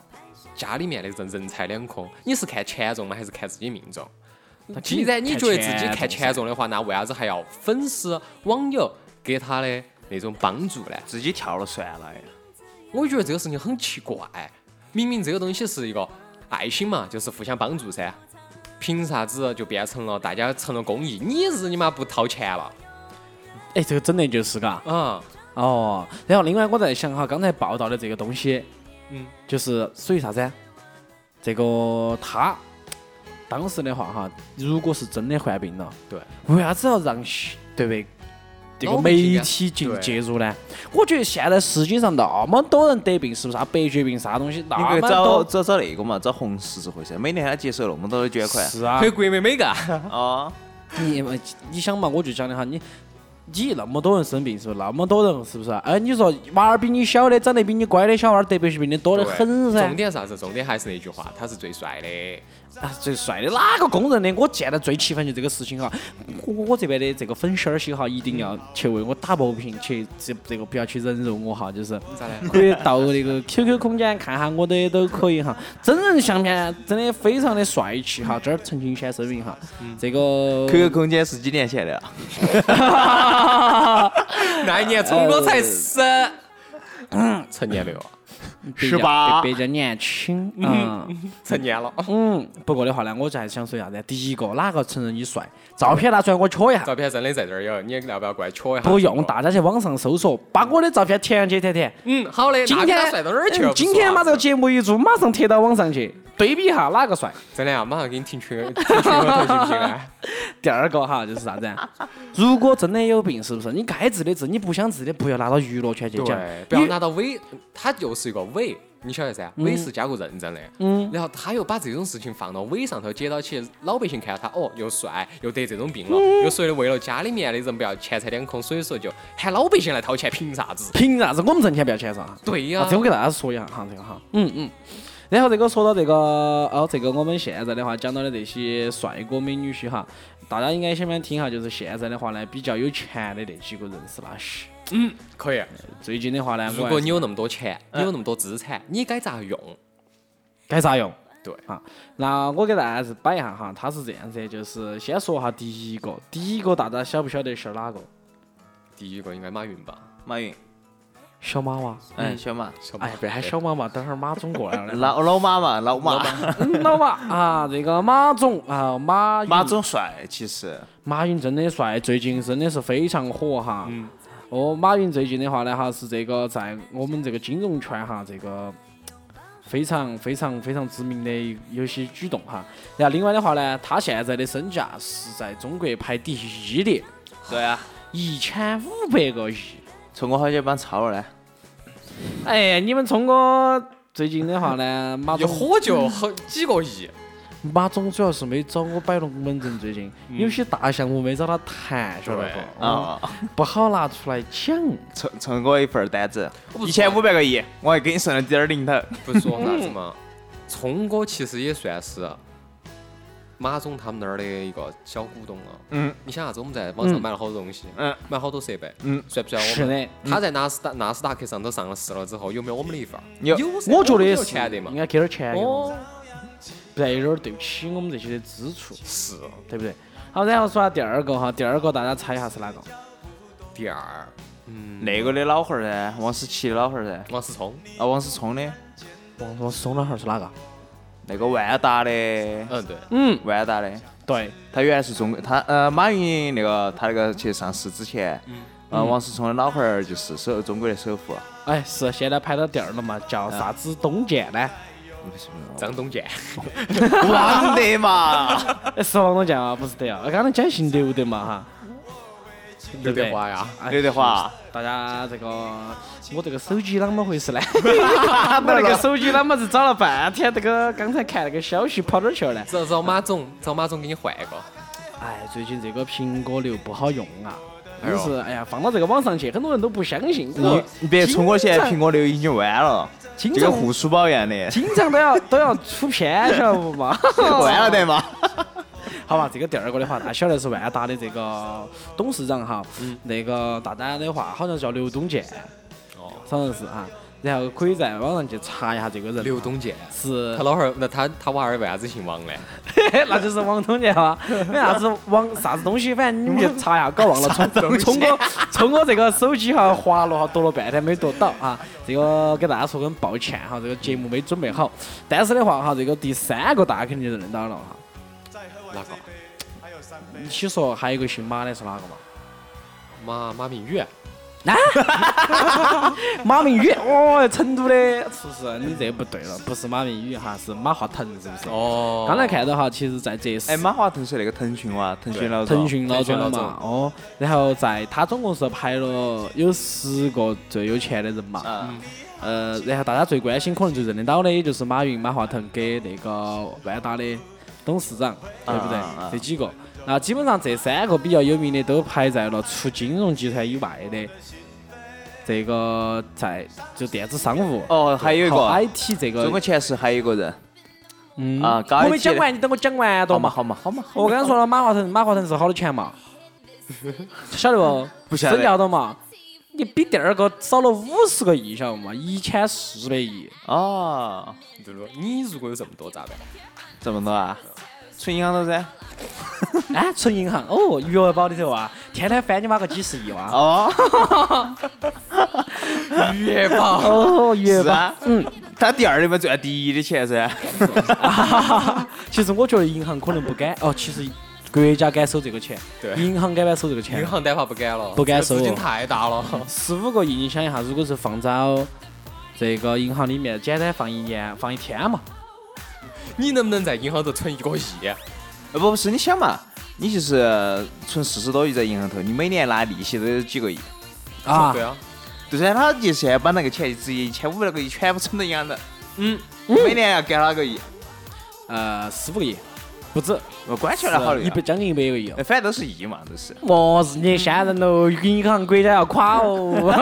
Speaker 3: 家里面的人人财两空，你是看钱重吗？还是看自己命重？
Speaker 4: 嗯
Speaker 3: 既然你觉得自己看钱重的话，那为啥子还要粉丝网友给他的那种帮助呢？
Speaker 5: 自己跳了算了呀。
Speaker 3: 我觉得这个事情很奇怪，明明这个东西是一个爱心嘛，就是互相帮助噻，凭啥子就变成了大家成了公益？你日你妈不掏钱了
Speaker 4: 哎，这个真的就是嘎，
Speaker 3: 啊？
Speaker 4: 哦，然后另外我在想哈，刚才报道的这个东西，
Speaker 3: 嗯，
Speaker 4: 就是属于啥子啊？这个他当时的话哈，如果是真的患病了，
Speaker 3: 对，
Speaker 4: 为啥子要让西对不对？这个媒体进
Speaker 3: 对
Speaker 4: 介入呢？我觉得现在世界上那么多人得病，是不是啊？白血病啥东西那
Speaker 5: 你可
Speaker 4: 么
Speaker 5: 以找
Speaker 4: 多？
Speaker 5: 找找那个嘛，找红十字会噻，每年他接受那么多的捐款
Speaker 4: 是啊
Speaker 3: 还，有国美美嘎，
Speaker 5: 啊，
Speaker 4: 你嘛，你想嘛，我就讲的哈，你你那么多人生病，是不是？那么多人，是不是啊？哎，你说娃儿比你小的，长得比你乖的小娃儿得白血病的多得很噻
Speaker 3: 重。点是啥子？重点还是那句话，他是最帅的。
Speaker 4: 啊，最帅的哪个工人的？我现在最气愤就这个事情哈，我我我这边的这个粉丝儿些哈，一定要去为我打抱不平，去这这个不要去人肉我哈，就是
Speaker 3: 咋嘞
Speaker 4: 可以到那个 QQ 空间看下我的都可以哈。真人相片真的非常的帅气哈，这儿澄清先声明哈，
Speaker 3: 嗯
Speaker 4: 这个
Speaker 3: <laughs>
Speaker 4: <laughs>
Speaker 5: QQ 空间是几年前的啊？
Speaker 3: 那一年聪哥才十，成嗯年了哟，
Speaker 4: 是吧？比较年轻，嗯
Speaker 3: 成年了。
Speaker 4: 嗯。 <laughs> 不过的话呢，我就还想说啥子？第一个，哪个承认你帅？照片拿出来我瞧一下。
Speaker 3: 照片真的在这儿有，你要不要过来瞧一下？
Speaker 4: 不用，大家去网上搜索，把我的照片填上去，填填。
Speaker 3: 嗯，好的。
Speaker 4: 今
Speaker 3: 那
Speaker 4: 天
Speaker 3: 他帅到哪儿去
Speaker 4: 嗯
Speaker 3: 了？
Speaker 4: 今天把这个节目一做，马上贴到网上去，对比一下哪个帅。
Speaker 3: 真的啊，马上给你停 <laughs> 群，停群了，行不行
Speaker 4: <laughs>
Speaker 3: 啊？
Speaker 4: 第二个哈就是啥子
Speaker 3: <laughs>
Speaker 4: 啊？如果真的有病，是不是你该治的治，你不想治的不要拿到娱乐圈去讲
Speaker 3: 对，，不要
Speaker 4: 你
Speaker 3: 拿到伪，他就是一个伪，你晓得噻，
Speaker 4: 嗯
Speaker 3: 伪是加过认证的，然后他又把这种事情放到伪上头，接到起老百姓看到他，哦，又帅，又得这种病了，
Speaker 4: 嗯
Speaker 3: 又说的为了家里面的人不要钱财两空，所以说就喊老百姓来掏钱，凭啥子？
Speaker 4: 凭啥子我们挣钱不要钱噻？
Speaker 3: 对呀、
Speaker 4: 啊，这我给大家说一下哈，这个哈，嗯嗯。然后这个说到这个，哦，这个我们现在的话讲到的这些帅哥美女些哈，大家应该先来听一下，就是现在的话呢，比较有钱的那几个人是哪些？
Speaker 3: 嗯可以。
Speaker 4: 最近的话呢，
Speaker 3: 如
Speaker 4: 我还
Speaker 3: 果
Speaker 4: 是
Speaker 3: 你有那么多钱，你有那么多资
Speaker 4: 嗯
Speaker 3: 产，你该咋用？
Speaker 4: 该咋用？
Speaker 3: 对
Speaker 4: 啊，那我给大家是摆一下哈，他是这样子的，就是先说哈第一个，第一个大家晓不晓得是哪个？
Speaker 3: 第一个应该马云吧？
Speaker 5: 马云，
Speaker 4: 小马哇，
Speaker 5: 嗯，小马，
Speaker 3: 小马
Speaker 4: 哎，别喊小马嘛，等会儿马总过来了。
Speaker 5: 老老马嘛，老马，
Speaker 4: 嗯老马啊，这个马总啊，马云
Speaker 5: 马总帅，其实
Speaker 4: 马云真的帅，最近真的是非常火哈。哦，马云最近的话呢，哈是这个在我们这个金融圈哈，这个非常非常非常知名的一有些举动哈。然后另外的话呢，他现在的身价是在中国排第一的，
Speaker 5: 对啊，
Speaker 4: 一千五百个亿。
Speaker 5: 从我好久帮超了呢，
Speaker 4: 哎，你们聪哥最近的话 <laughs> 呢，马
Speaker 3: 一
Speaker 4: 总
Speaker 3: 火就好几个亿，
Speaker 4: 马总主要是没找我摆龙门阵，最近有些大项目没找他谈，晓得
Speaker 3: 对
Speaker 4: 不？嗯，
Speaker 5: 啊，
Speaker 4: 不好拿出来讲。
Speaker 5: 充充我一份单子，
Speaker 3: 不
Speaker 5: 一千五百个亿，我还给你剩了点儿零头，
Speaker 3: 不是说啥子嘛？
Speaker 4: 嗯
Speaker 3: 聪哥其实也算是马总他们那儿的一个小股东了。
Speaker 5: 嗯，
Speaker 3: 你想啥子？我们在网上买了好多东西，
Speaker 5: 嗯，
Speaker 3: 买好多设备，
Speaker 5: 嗯，
Speaker 3: 算不算我
Speaker 4: 是
Speaker 3: 们？
Speaker 4: 的，嗯
Speaker 3: 他在纳斯达纳斯达克上头上了市了之后，有没有我们的一份儿？
Speaker 5: 有
Speaker 3: 噻
Speaker 4: 我觉
Speaker 3: 们
Speaker 4: 得
Speaker 3: 有
Speaker 4: 是
Speaker 3: 钱的嘛
Speaker 4: 应。该给嗯点钱给我们，
Speaker 3: 哦，
Speaker 4: 不然有点对不起我们这些的支出，
Speaker 3: 是
Speaker 4: 对不对？好，然后说下第二个哈，第二个大家猜一下是哪个？
Speaker 3: 第二，
Speaker 5: 那个的老汉儿噻，王思琪的老汉儿噻，
Speaker 3: 王思聪，
Speaker 5: 啊，王思聪的，
Speaker 4: 王王松老汉儿是哪个？
Speaker 5: 那个万达的，
Speaker 3: 嗯，对，
Speaker 4: 嗯，
Speaker 5: 万达的，
Speaker 4: 对，
Speaker 5: 他原来是中国，他呃马云那个他那个去上市之前，呃王思聪的老汉儿就是首中国的首 <laughs> 富，
Speaker 4: 哎，是现在排到第二了嘛？叫啥子东建呢？
Speaker 3: 张东健，
Speaker 5: 王德嘛，
Speaker 4: 哎是王东建啊，不是的啊，我刚才讲姓刘的嘛哈。
Speaker 3: 刘德华呀，
Speaker 4: 哎
Speaker 5: 刘德 <laughs> 华，
Speaker 4: 大家这个，我这个手机啷么
Speaker 3: <laughs>
Speaker 4: 回事呢？我那个手机啷么是找了半天，这个刚才看那个消息跑哪儿去了呢？
Speaker 3: 找找马总，找马总给你换一个。
Speaker 4: 哎，最近这个苹果六不好用啊，
Speaker 3: 哎
Speaker 4: 真
Speaker 3: 呦
Speaker 4: 是哎呀，放到这个网上去，很多人都不相信。我
Speaker 5: 你你别冲我现在苹
Speaker 4: 果，
Speaker 5: 果六已经弯了，
Speaker 4: 经
Speaker 5: 这个
Speaker 4: 常
Speaker 5: 护书宝一样的，
Speaker 4: 经常都要都要出片，晓得不
Speaker 5: <laughs>
Speaker 4: 嘛？
Speaker 5: 弯了得 <laughs> 嘛，
Speaker 4: 好吧，这个第二个的话，大家晓得是万达的这个董事长哈，
Speaker 5: 嗯
Speaker 4: 那个大家的话好像叫刘东健，
Speaker 3: 哦，
Speaker 4: 好像是啊，然后可以在网上去查一下这个人。啊
Speaker 3: 刘东健，
Speaker 4: 是
Speaker 3: 他，老汉儿，那他他娃儿为啥子姓王呢？
Speaker 4: <laughs> 那就是王东健啊，没啥子王啥子东西，反正你们去查一下，搞忘了冲冲哥冲哥这个手机哈滑落哈夺了半天没夺到啊，这个给大家说声抱歉哈，这个节目没准备好，但是的话哈，这个第三个大家肯定就认到了哈，
Speaker 3: 哪个？
Speaker 4: 你说还有一个姓马的是哪个嘛？
Speaker 3: 马马明宇，
Speaker 4: 啊，马明宇，哦，成都的厨师，你这不对了，不是马明宇哈，是马化腾是不是？
Speaker 3: 哦
Speaker 4: 刚才看到哈，其实在这
Speaker 5: 哎，
Speaker 4: 是
Speaker 5: 马化腾是那个腾讯哇，腾讯老总
Speaker 4: 腾讯老总
Speaker 3: 腾讯
Speaker 4: 嘛，哦，然后在他总共是排了有十个最有钱的人嘛，
Speaker 5: 啊，
Speaker 4: 呃，然后大家最关心可能就认得到的，也就是马云、马化腾跟那个万达的董事长，对不对
Speaker 5: 啊啊？
Speaker 4: 这几个，那基本上这三个比较有名的都排在了除金融集团以外的这个在就电子商务
Speaker 5: 哦，还有一
Speaker 4: 和
Speaker 5: 个，
Speaker 4: IT 这
Speaker 5: 中国
Speaker 4: 个，
Speaker 5: 前十还有一个人
Speaker 4: 嗯，
Speaker 5: 啊，高
Speaker 4: 我
Speaker 5: 一
Speaker 4: 没
Speaker 5: 级的
Speaker 4: 讲完，你等我讲完啊
Speaker 5: 好
Speaker 4: 懂
Speaker 5: 嘛
Speaker 4: 嘛？
Speaker 5: 好嘛好嘛，好嘛
Speaker 4: <laughs> 我刚才说了马化腾，马化腾是好多钱嘛？晓得不？
Speaker 5: 不晓得
Speaker 4: 真的嘛？你比第二个少了五十个亿，晓得不嘛？一千四百亿。
Speaker 5: 哦，
Speaker 3: 对不对？你如果有这么多咋办？
Speaker 5: 这么多啊，存银行头噻，
Speaker 4: 哎，存银行哦，余额宝里头啊，天天翻你妈个几十亿哇！
Speaker 5: 哦，
Speaker 4: <laughs>
Speaker 3: 月宝，
Speaker 4: 哦，余
Speaker 5: 是啊，嗯，他第二的嘛赚第一的钱噻，
Speaker 4: <laughs> 其实我觉得银行可能不敢哦，其实国家敢收这个钱，
Speaker 3: 对
Speaker 4: 银行敢不敢收这个钱
Speaker 3: 银？行单怕不敢了，
Speaker 4: 啊不敢收
Speaker 3: 这个资金
Speaker 4: 哦
Speaker 3: 太大
Speaker 4: <laughs>
Speaker 3: 了。
Speaker 4: 十五个亿，你想一下，如果是放到这个银行里面，简单放一年，放一天嘛，
Speaker 3: 你能不能在银行头存一个亿？
Speaker 4: 啊
Speaker 5: 呃不不是，你想嘛，你就是存四十多亿在银行头，你每年拿利息都有几个亿。
Speaker 4: 啊
Speaker 3: 对，啊，
Speaker 5: 对噻，他就现在把那个钱直接一千五百个亿全部存到银行头，嗯，每年要给他个亿，
Speaker 4: 呃，十五个亿，不止，
Speaker 5: 我管起来好了
Speaker 4: 一
Speaker 5: 呀，
Speaker 4: 百将近一百个亿哦。
Speaker 5: 哎反正都是亿嘛，都是。
Speaker 4: 我日你吓人喽！银行国家要垮 <laughs> 哦。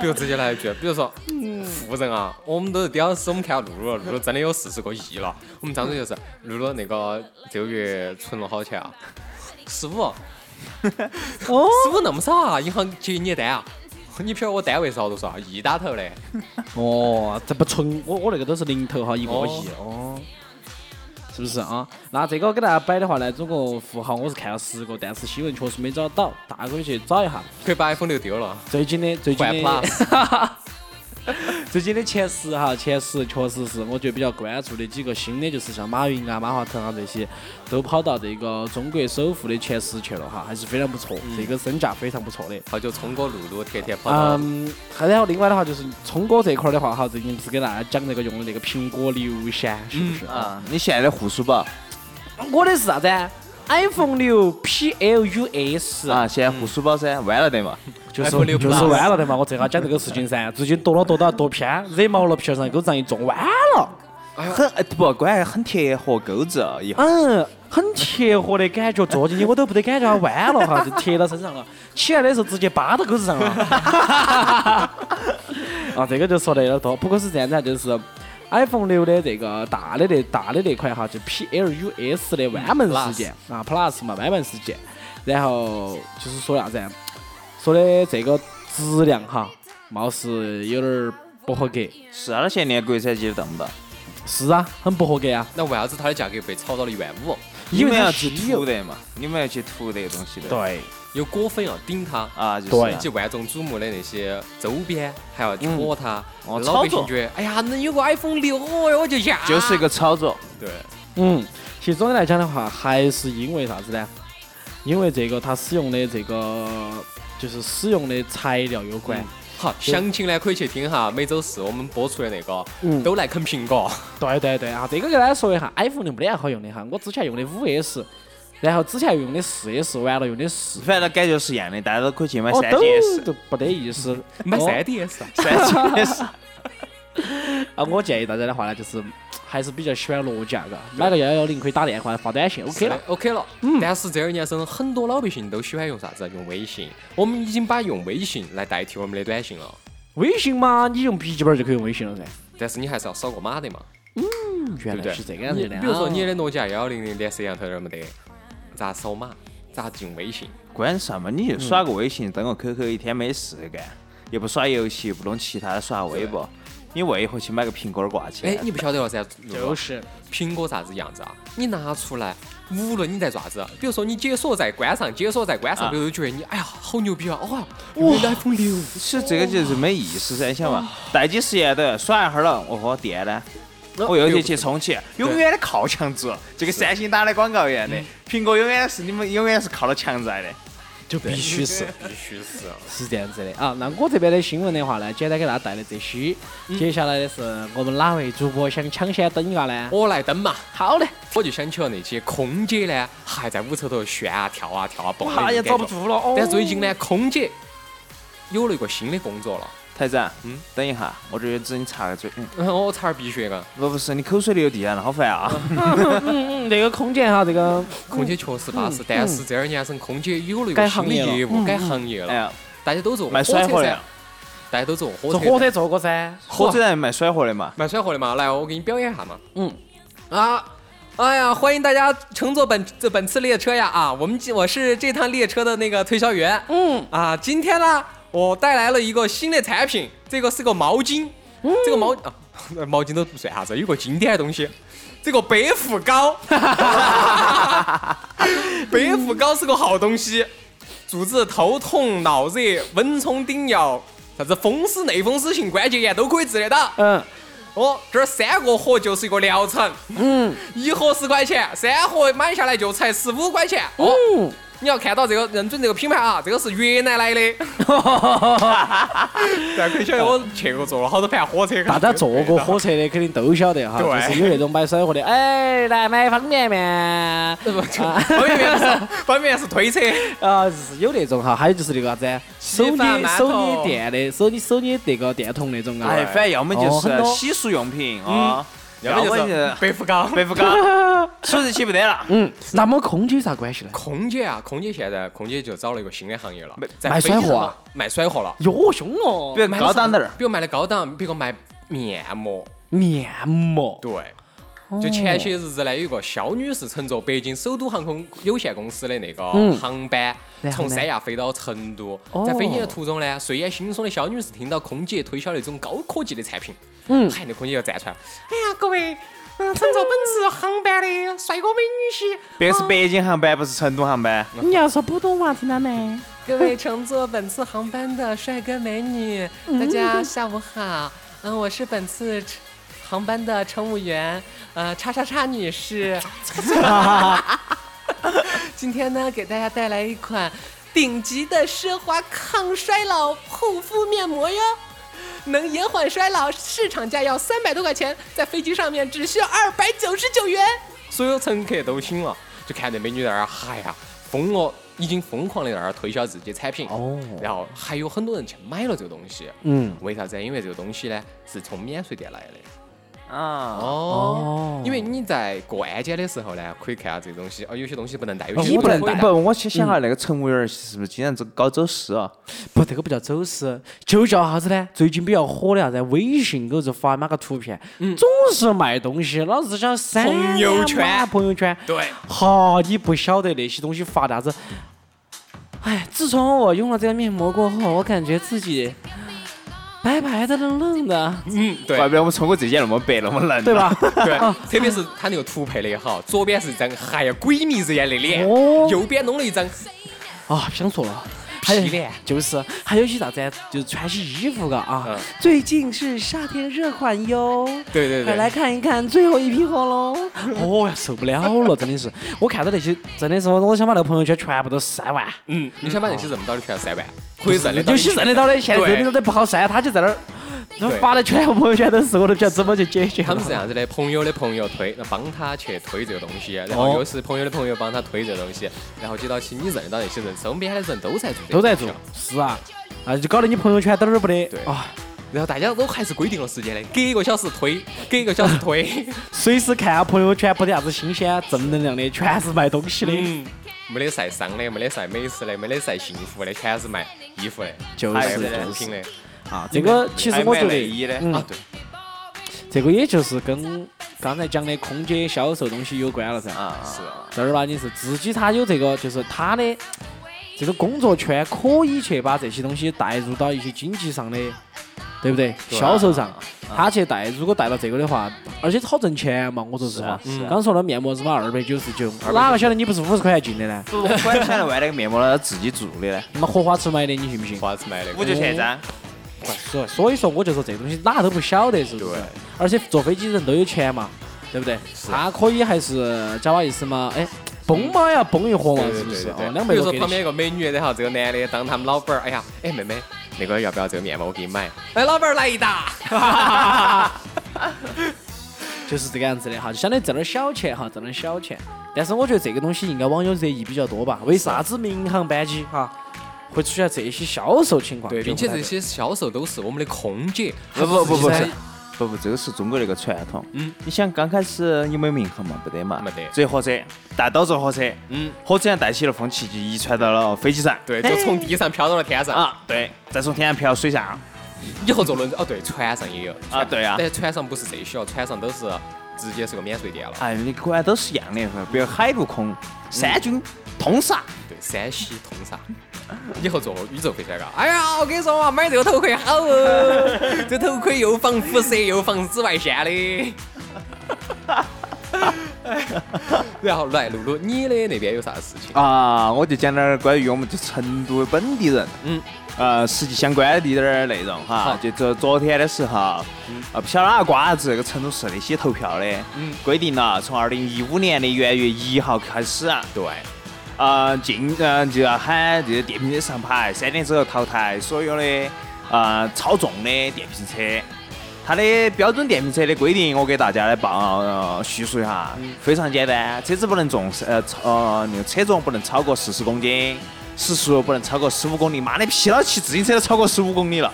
Speaker 3: 比如直接来一句，比如说，
Speaker 4: 嗯
Speaker 3: 富人啊，我们都是屌丝，我们看下露露，露露真的有四十个亿了。我们张嘴就是，露露那个这个月存了好钱啊，十
Speaker 4: <laughs>
Speaker 3: 五，
Speaker 4: 哦，
Speaker 3: 十五那么少啊？银行结你的单啊？你不晓得我单位是好多少啊？亿打头的，
Speaker 4: 哦，这不纯，我我那个都是零头哈，一个亿哦，是不是啊？那这个给大家摆的话呢，中国富豪我是看了十个，但是新闻确实没找到，大家可以去找一下
Speaker 3: 可以把 iPhone 六丢了。
Speaker 4: 最近的最近
Speaker 3: 换
Speaker 4: 的最近的前十哈，前十确实是我觉得比较关注的几个新的，就是像马云啊、马化腾啊这些，都跑到这个中国首富的前十去了哈，还是非常不错，
Speaker 3: 嗯
Speaker 4: 这个身价非常不错的。
Speaker 3: 好久聪哥、露露天天跑到
Speaker 4: 嗯，还然后另外的话就是聪哥这一块儿的话哈，最近不是给大家讲那个用的那个苹果六匣，是不是啊？
Speaker 5: 啊，你现在的护舒宝
Speaker 3: 嗯
Speaker 4: 我的是啥子啊？iPhone 六 PLUS
Speaker 5: 啊，现在护舒宝噻，
Speaker 4: 嗯
Speaker 5: 弯了的嘛，
Speaker 4: 就
Speaker 3: iPhone
Speaker 4: 是
Speaker 3: 6
Speaker 4: 就是
Speaker 3: Plus
Speaker 4: 弯了的嘛。我正好讲这个事情噻，最近多了多到多偏，惹毛了皮儿上钩子上一撞弯了，
Speaker 5: 很哎不，关键很贴合钩子啊以后。
Speaker 4: 嗯，很贴合的感觉，坐进去我都不得感觉它弯了哈，就贴到身上了。 <laughs> 起来的时候直接扒到钩子上了。 <laughs> 啊，这个就说的有点多，不过是这样子啊，就是 iPhone 六的这个大的那大的那款哈，就 PLUS 的弯门事件啊，Plus 嘛，弯门事件，然后就是说啥子啊，说的这个质量哈，貌似有点儿不合格。
Speaker 5: 是啊，他现在连国产机都动不到，
Speaker 4: 是啊，很不合格啊。
Speaker 3: 那为啥子它的价格被炒到了一万五？
Speaker 5: 你
Speaker 4: 因为
Speaker 5: 们
Speaker 4: 它
Speaker 5: 要去
Speaker 4: 稀
Speaker 5: 图的嘛，你们要去图这个东西的。
Speaker 4: 对，
Speaker 3: 有果粉要顶它，
Speaker 5: 啊，就是
Speaker 4: 对
Speaker 5: 啊
Speaker 3: 以及万众瞩目的那些周边，还要去
Speaker 5: 嗯
Speaker 3: 火它。
Speaker 5: 哦
Speaker 3: 老百
Speaker 5: 操
Speaker 3: 姓
Speaker 5: 作
Speaker 3: 觉得，哎呀，能有个 iPhone 六，哦哟，我就呀。
Speaker 5: 就是一个炒作。
Speaker 3: 对，
Speaker 4: 嗯，其实总的来讲的话，还是因为啥子呢？因为这个它使用的这个就是使用的材料有关。
Speaker 3: 好，详情呢可以去听哈，每周四我们播出的那个，
Speaker 4: 嗯
Speaker 3: 都来啃苹果。
Speaker 4: 对对对啊，这个给大家说一下，iPhone 六没得啥好用的哈。我之前用的五 S，然后之前用的四 S，完了用的四，
Speaker 5: 反正感觉是一样的，大家都可以去买
Speaker 4: 哦，
Speaker 5: 三
Speaker 4: 都
Speaker 5: GS、
Speaker 4: 都不得
Speaker 3: <laughs>
Speaker 4: 意思。
Speaker 3: 买
Speaker 4: 哦
Speaker 3: 三 DS 啊，
Speaker 4: <laughs>
Speaker 5: 三 GS
Speaker 4: 啊，我建议大家的话呢，就是还是比较喜欢落价，嘎，买个幺幺零可以打电话发短信，OK 了。
Speaker 3: ，OK 了。
Speaker 5: 嗯
Speaker 3: 但是这二年生很多老百姓都喜欢用啥子？用微信。我们已经把用微信来代替我们的短信了，
Speaker 4: 微信嘛，你用笔记本就可以用微信了噻。
Speaker 3: 但是你还是要扫个码的嘛，嗯对
Speaker 4: 原
Speaker 3: 不对？
Speaker 4: 来是这个样子的
Speaker 3: 你
Speaker 4: 啊。
Speaker 3: 比如说你的诺基亚幺幺零零连摄像头都没得，咋扫码？咋进微信？
Speaker 5: 关键是啥嘛？你就耍个微信，登个 QQ，一天没事干，又不耍游戏，不弄其他的，耍微博，你为何去买个苹果挂起来？
Speaker 3: 哎，你不晓得了噻，露露
Speaker 4: 就是
Speaker 3: 苹果啥子样子啊？你拿出来，无论你在爪子，啊比如说你解锁再关上，解锁再关上，
Speaker 5: 啊
Speaker 3: 比如就觉得你哎呀好牛逼啊！哇，我 iPhone 六，
Speaker 5: 其实这个就是没意思噻，你想嘛，待几十年都要耍一会儿了，我和电呢？我又去去充气，永远的靠墙住，就跟三星打的广告一样的。苹果永远是你们永远是靠到墙在的，
Speaker 4: 就必须是。
Speaker 3: 必须是啊。
Speaker 4: 是这样子的啊，那我这边的新闻的话呢，简单给大家带来这些。接下来的是我们哪位主播想抢先登一下呢？
Speaker 3: 我来登嘛，
Speaker 4: 好嘞，
Speaker 3: 我就想起了那些空姐呢，还在屋头头炫啊、跳啊、跳啊、蹦
Speaker 4: 哇
Speaker 5: 哎
Speaker 3: 的
Speaker 4: 也
Speaker 3: 那种
Speaker 4: 遭不
Speaker 3: 感觉。
Speaker 4: 住了哦。
Speaker 3: 但最近呢，空姐有了一个新的工作了。
Speaker 5: 台长，
Speaker 3: 嗯
Speaker 5: 等一下，我这只你插个嘴，嗯，
Speaker 3: 嗯，我差点鼻血啊！
Speaker 5: 不不是，你口水流地上了，好烦啊！
Speaker 4: 嗯，那个空姐哈，这个
Speaker 3: 空姐确实巴适，但是这二年生空姐有了一
Speaker 4: 改
Speaker 3: 个
Speaker 4: 嗯行
Speaker 3: 新的
Speaker 4: 业了嗯
Speaker 3: 业务，改行业
Speaker 5: <laughs> 哎
Speaker 3: 了。
Speaker 5: 呀，
Speaker 3: 大家都坐火
Speaker 5: 卖
Speaker 3: 车
Speaker 5: 甩货
Speaker 3: 噻
Speaker 5: 的，，
Speaker 3: 大家都坐火
Speaker 4: 嗯坐
Speaker 3: 车噻。
Speaker 4: 火车坐过噻。
Speaker 5: 火车站卖甩货的嘛，
Speaker 3: 卖甩货的嘛，来，我给你表演一下嘛。
Speaker 4: 嗯，
Speaker 3: 啊，哎呀，欢迎大家乘坐本这本次列车呀！啊，我们今我是这趟列车的那个推销员。嗯，啊，今天呢，我带来了一个新的产品，这个是个毛巾，这个毛啊， <laughs> 毛巾都不算啥子，有个经典的东西。这个白虎膏，白虎膏是个好东西，阻止头痛、脑热、蚊虫叮咬，啥子风湿、类风湿性关节炎都可以治得到。
Speaker 4: 嗯，
Speaker 3: 哦，这儿三个盒就是一个疗程，嗯，一盒十块钱，三盒买下来就才十五块钱。哦，你要看到这个认准这个品牌啊，这个是越南来 <laughs> 的。大家可以晓得我去过坐了好多盘火车，
Speaker 4: 大家
Speaker 3: <laughs>
Speaker 4: 坐过火车的肯定都晓得哈，
Speaker 3: 对
Speaker 4: 就是有那种买甩货的，哎，来买方便面啊，
Speaker 3: 方便面不是方便面是推车，
Speaker 4: 啊是有那种哈，还有就是那个啥子手
Speaker 3: 稀饭
Speaker 4: 捏
Speaker 3: 馒头
Speaker 4: 手捏电的，手捏手捏那个电筒那种啊
Speaker 5: 哎，，反正要么
Speaker 4: 哦
Speaker 5: 就
Speaker 4: 很
Speaker 5: 是
Speaker 4: 多
Speaker 5: 洗漱用品啊，
Speaker 3: 要么
Speaker 5: 么
Speaker 3: 就
Speaker 5: 就是是
Speaker 3: 白虎膏。
Speaker 5: 白富 <laughs> 高，手日起不得了，
Speaker 4: 嗯，那么空姐有啥关系呢？
Speaker 3: 空姐啊，空姐现在空姐就找了一个新的行业了，在
Speaker 4: 卖
Speaker 3: 飞机
Speaker 4: 甩货
Speaker 3: 上
Speaker 4: 啊
Speaker 3: 卖甩货了，
Speaker 4: 哟，凶哦
Speaker 5: 比，如高档点儿，
Speaker 3: 比如卖的高档，比如卖面膜。
Speaker 4: 面膜，
Speaker 3: 对，
Speaker 4: 哦
Speaker 3: 就前些日子呢，有一个肖女士乘坐北京首都航空有限公司的那个
Speaker 4: 嗯
Speaker 3: 航班，
Speaker 4: 然后
Speaker 3: 从
Speaker 4: 呢
Speaker 3: 三亚飞到成都
Speaker 4: 哦，
Speaker 3: 在飞行的途中呢，睡眼惺忪的肖女士听到空姐推销那种高科技的产品，
Speaker 4: 嗯
Speaker 3: 嗨，那空姐就站出来，哎呀，各位。嗯，乘坐本次航班的帅哥美女些，
Speaker 5: 别是北京航班，不是成都航班，
Speaker 4: 你要说普通话听到没？
Speaker 3: 各位乘坐本次航班的帅哥美女，大家下午好。嗯，我是本次航班的乘务员，呃，叉叉叉女士。 <laughs> 今天呢，给大家带来一款顶级的奢华抗衰老护肤面膜哟，能延缓衰老，市场价要三百多块钱，在飞机上面只需要二百九十九元。所有乘客都醒了，就看那美女在那儿嗨呀，疯了，已经疯狂的在那儿推销自己的产品。
Speaker 4: 哦
Speaker 3: 然后还有很多人去买了这个东西，
Speaker 4: 嗯，
Speaker 3: 为啥子？因为这个东西呢是从免税店来的。
Speaker 5: 啊，
Speaker 3: 哦
Speaker 4: 哦，
Speaker 3: 因为你在过安检的时候呢，可以看下这个东西，哦，有些东西不能带，有
Speaker 4: 哦
Speaker 3: 些
Speaker 4: 我
Speaker 5: 不
Speaker 3: 能
Speaker 5: 能
Speaker 3: 带
Speaker 5: 不，。我先想下
Speaker 4: 嗯
Speaker 5: 那个乘务员是不是经常走搞走私啊？
Speaker 4: 不，这个不叫走私，就叫啥子呢？最近比较火的啥子？微信给我就发那个图片，总是卖东西，老子想
Speaker 3: 嗯
Speaker 4: 删
Speaker 3: 朋友
Speaker 4: 呀
Speaker 3: 圈
Speaker 4: 妈朋友圈。
Speaker 3: 对，
Speaker 4: 哈，你不晓得那些东西发啥子。哎，自从我用了这个面膜过后，我感觉自己白白的、嫩嫩的，
Speaker 3: 嗯，对
Speaker 5: 怪不得我们通过这件那么白，那么啊嫩，
Speaker 4: 对？吧？
Speaker 3: 对，特别是他那个图配的也好，左边是一张哎呀鬼迷日眼的脸
Speaker 4: 哦，
Speaker 3: 右边弄了一张
Speaker 4: 啊，想错了。还有
Speaker 3: 皮脸
Speaker 4: 就是，还有些啥子，就是穿些衣服嘎啊、
Speaker 3: 嗯
Speaker 4: 最近是夏天热款哟，
Speaker 3: 对对对
Speaker 4: 快来看一看最后一批货喽！哦呀，受不了了，真的是，我看到那些，真的是，我想把那个朋友圈全部都删完。
Speaker 3: 嗯，你想把那些认不到的全删完，可以认得到
Speaker 4: 有些认得到的，现在
Speaker 3: 对
Speaker 4: 认得到的不好删，他就在那儿，他发的全部朋友圈都是，我都不晓得怎么去解决了。
Speaker 3: 他们是这样子的，朋友的朋友推，帮他去推这个东西，
Speaker 4: 哦
Speaker 3: 然后又是朋友的朋友帮他推这个东西，然后接到起你认得到那些人，身边的人都在做，
Speaker 4: 都在做，是啊，啊，就搞得你朋友圈都儿不得，
Speaker 3: 对
Speaker 4: 啊，
Speaker 3: 然后大家都还是规定了时间的，隔一个小时推，隔一个小时推，
Speaker 4: 随时看下朋友圈，不得啥子新鲜正能量的，全是卖东西的。
Speaker 3: 嗯，没得晒伤的，没得晒美食的，没得晒幸福的，全是卖衣服的，
Speaker 4: 就是
Speaker 3: 卖护
Speaker 5: 就是
Speaker 3: 肤品的
Speaker 4: <laughs> 啊，这个其实我觉
Speaker 5: 还卖内衣
Speaker 4: 得
Speaker 5: 的，
Speaker 4: 嗯
Speaker 3: 啊，，对，
Speaker 4: 这个也就是跟刚才讲的空姐销售东西有关了噻。
Speaker 5: 啊，
Speaker 3: 是啊。
Speaker 4: 正儿八经是自己他有这个，就是他的这个工作圈可以去把这些东西带入到一些经济上的，对不对？啊销售上，他去带，如果带到这个的话，而且好挣钱嘛。我说实话，刚说的面膜是嘛二百九十九，哪个晓得你不是五十块钱进的呢？
Speaker 5: 不管钱外那个面膜呢，自己做的嗯呢，
Speaker 4: 那荷花池买的，你信不信？
Speaker 3: 花子买的，
Speaker 5: 五角钱一张，
Speaker 4: 所以所以说，我就说这东西哪个都不晓得，是不是
Speaker 3: 对？
Speaker 4: 而且坐飞机人都有钱嘛，对不对？他可以还是假巴意思嘛？哎，崩嘛要崩一伙嘛，
Speaker 3: 对
Speaker 4: 是
Speaker 3: 对
Speaker 4: 不
Speaker 3: 对
Speaker 4: 是？
Speaker 3: 对
Speaker 4: 哦
Speaker 3: 对，
Speaker 4: 两
Speaker 3: 比
Speaker 4: 百
Speaker 3: 如
Speaker 4: 多
Speaker 3: 说
Speaker 4: 给
Speaker 3: 旁
Speaker 4: 的
Speaker 3: 边一个美女，然后这个男的当他们老板儿，哎呀，哎妹妹，那个要不要这个面包？我给你买。哎，老板儿来一打。 <laughs>
Speaker 4: 就是这个样子的哈，就相当于挣点儿小钱哈，挣点儿小钱。但是我觉得这个东西应该网友热议比较多吧？为啥子民航班机哈会出现这些销售情况？
Speaker 3: 对，
Speaker 4: 就
Speaker 3: 并
Speaker 4: 不
Speaker 3: 且
Speaker 4: 太
Speaker 3: 这些销售都是我们的空姐。
Speaker 5: 不不不不
Speaker 3: 她
Speaker 5: 是
Speaker 3: 是。
Speaker 5: 不不，这个是中国的一个传统。嗯，你想刚开始有没有民航嘛？不得嘛，
Speaker 3: 没得
Speaker 5: 坐火车，大刀坐火车，嗯，火车上带起的风气就遗传到了飞机上。
Speaker 3: 对，就从地上飘到了天上。
Speaker 5: 啊，对，再从天上飘水上。
Speaker 3: 以后坐轮哦，对，船上也有。
Speaker 5: 啊，对啊。
Speaker 3: 但是船上不是这些哦，船上都是直接是个免税店了。
Speaker 4: 啊
Speaker 5: 哎，你果然都是一样的，比如海陆空三军通杀。
Speaker 3: 对，山西通杀。以后坐宇宙飞船嘎，哎呀，我跟你说嘛，买这个头盔好
Speaker 4: <laughs>
Speaker 3: 哦，这头盔又防辐射又防紫外线
Speaker 4: <laughs>
Speaker 3: 的。 <laughs> 然后来露露，你的那边有啥事情？
Speaker 5: 啊，我就讲点儿关于我们这成都本地人，嗯，呃，实际相关的一点儿内容哈
Speaker 3: 好。
Speaker 5: 就昨昨天的时候，呃，不晓得哪个瓜子，这个成都市那些投票的，嗯，规定了从二零一五年的元月一号开始啊，
Speaker 3: 对，
Speaker 5: 呃，进呃就要喊这个电瓶车上牌，三年之后淘汰所有的呃超重的电瓶车。它的标准电瓶车的规定，我给大家来报呃叙述一下，非常简单，车子不能重呃超呃那个车重不能超过四十公斤，时速不能超过十五公里。妈的，疲劳骑自行车都超过十五公里了。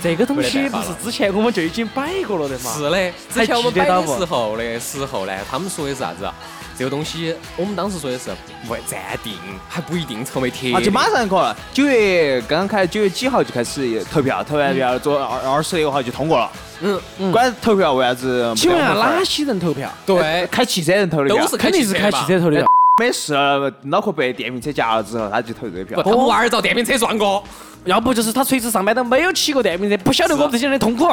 Speaker 4: 这个东西
Speaker 3: 没得
Speaker 4: 不
Speaker 3: 办法
Speaker 4: 是
Speaker 3: 了
Speaker 4: 之前我们就已经摆过了的嘛？
Speaker 3: 是的。
Speaker 4: 还
Speaker 3: 之前我们
Speaker 4: 记得
Speaker 3: 摆
Speaker 4: 到
Speaker 3: 的
Speaker 4: 不
Speaker 3: 时候的时候呢，他们说的是啥子啊？这个东西，我们当时说的是不暂定，还不一定成为铁定。
Speaker 5: 啊，就马上可了。九月刚刚开，九月几号就开始呃投票，投完票昨二二十六号就通过了。
Speaker 3: 嗯
Speaker 5: 嗯，管投票为啥子没得
Speaker 4: 请问
Speaker 5: 我
Speaker 4: 下
Speaker 5: 们分儿？
Speaker 4: 哪些人投票？
Speaker 3: <laughs> 对，
Speaker 5: 开汽车人投的票
Speaker 3: 都是
Speaker 4: 肯定是开汽车投的票。
Speaker 5: 没事，脑壳被电瓶车夹了之后，他就投这个
Speaker 3: 不，
Speaker 5: 票。
Speaker 3: 他们娃儿遭电瓶车撞过。
Speaker 4: 要不就是他垂直上班都没有骑过电瓶车，不晓得我们这些人的痛苦，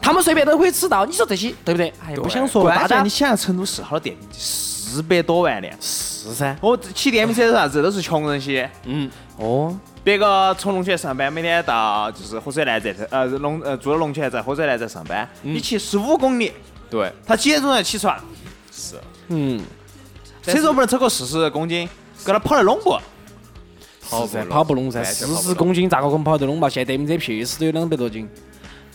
Speaker 4: 他们随便都可以迟到，你说这些对不对？哎，不想说了，
Speaker 5: 关
Speaker 4: 大
Speaker 5: 键
Speaker 4: 家
Speaker 5: 你想想，成都市好多电瓶车，四百多万辆。
Speaker 4: 是噻。
Speaker 5: 我骑电瓶车是啥子？都是穷人些。
Speaker 4: 哦，
Speaker 5: 别个从龙泉上班，每天到就是火车南站，呃，龙呃住到龙泉站，火车南站上班，
Speaker 4: 嗯
Speaker 5: 你骑十五公里，
Speaker 3: 对，
Speaker 5: 他几点钟要起床？
Speaker 3: 是。
Speaker 4: 嗯，
Speaker 5: 车重不能超过四十公斤，搁那跑来拢不？
Speaker 3: 跑
Speaker 4: 噻，跑不拢噻，四十公斤咋个可能跑得拢嘛？现在电瓶车屁事都有两百多斤，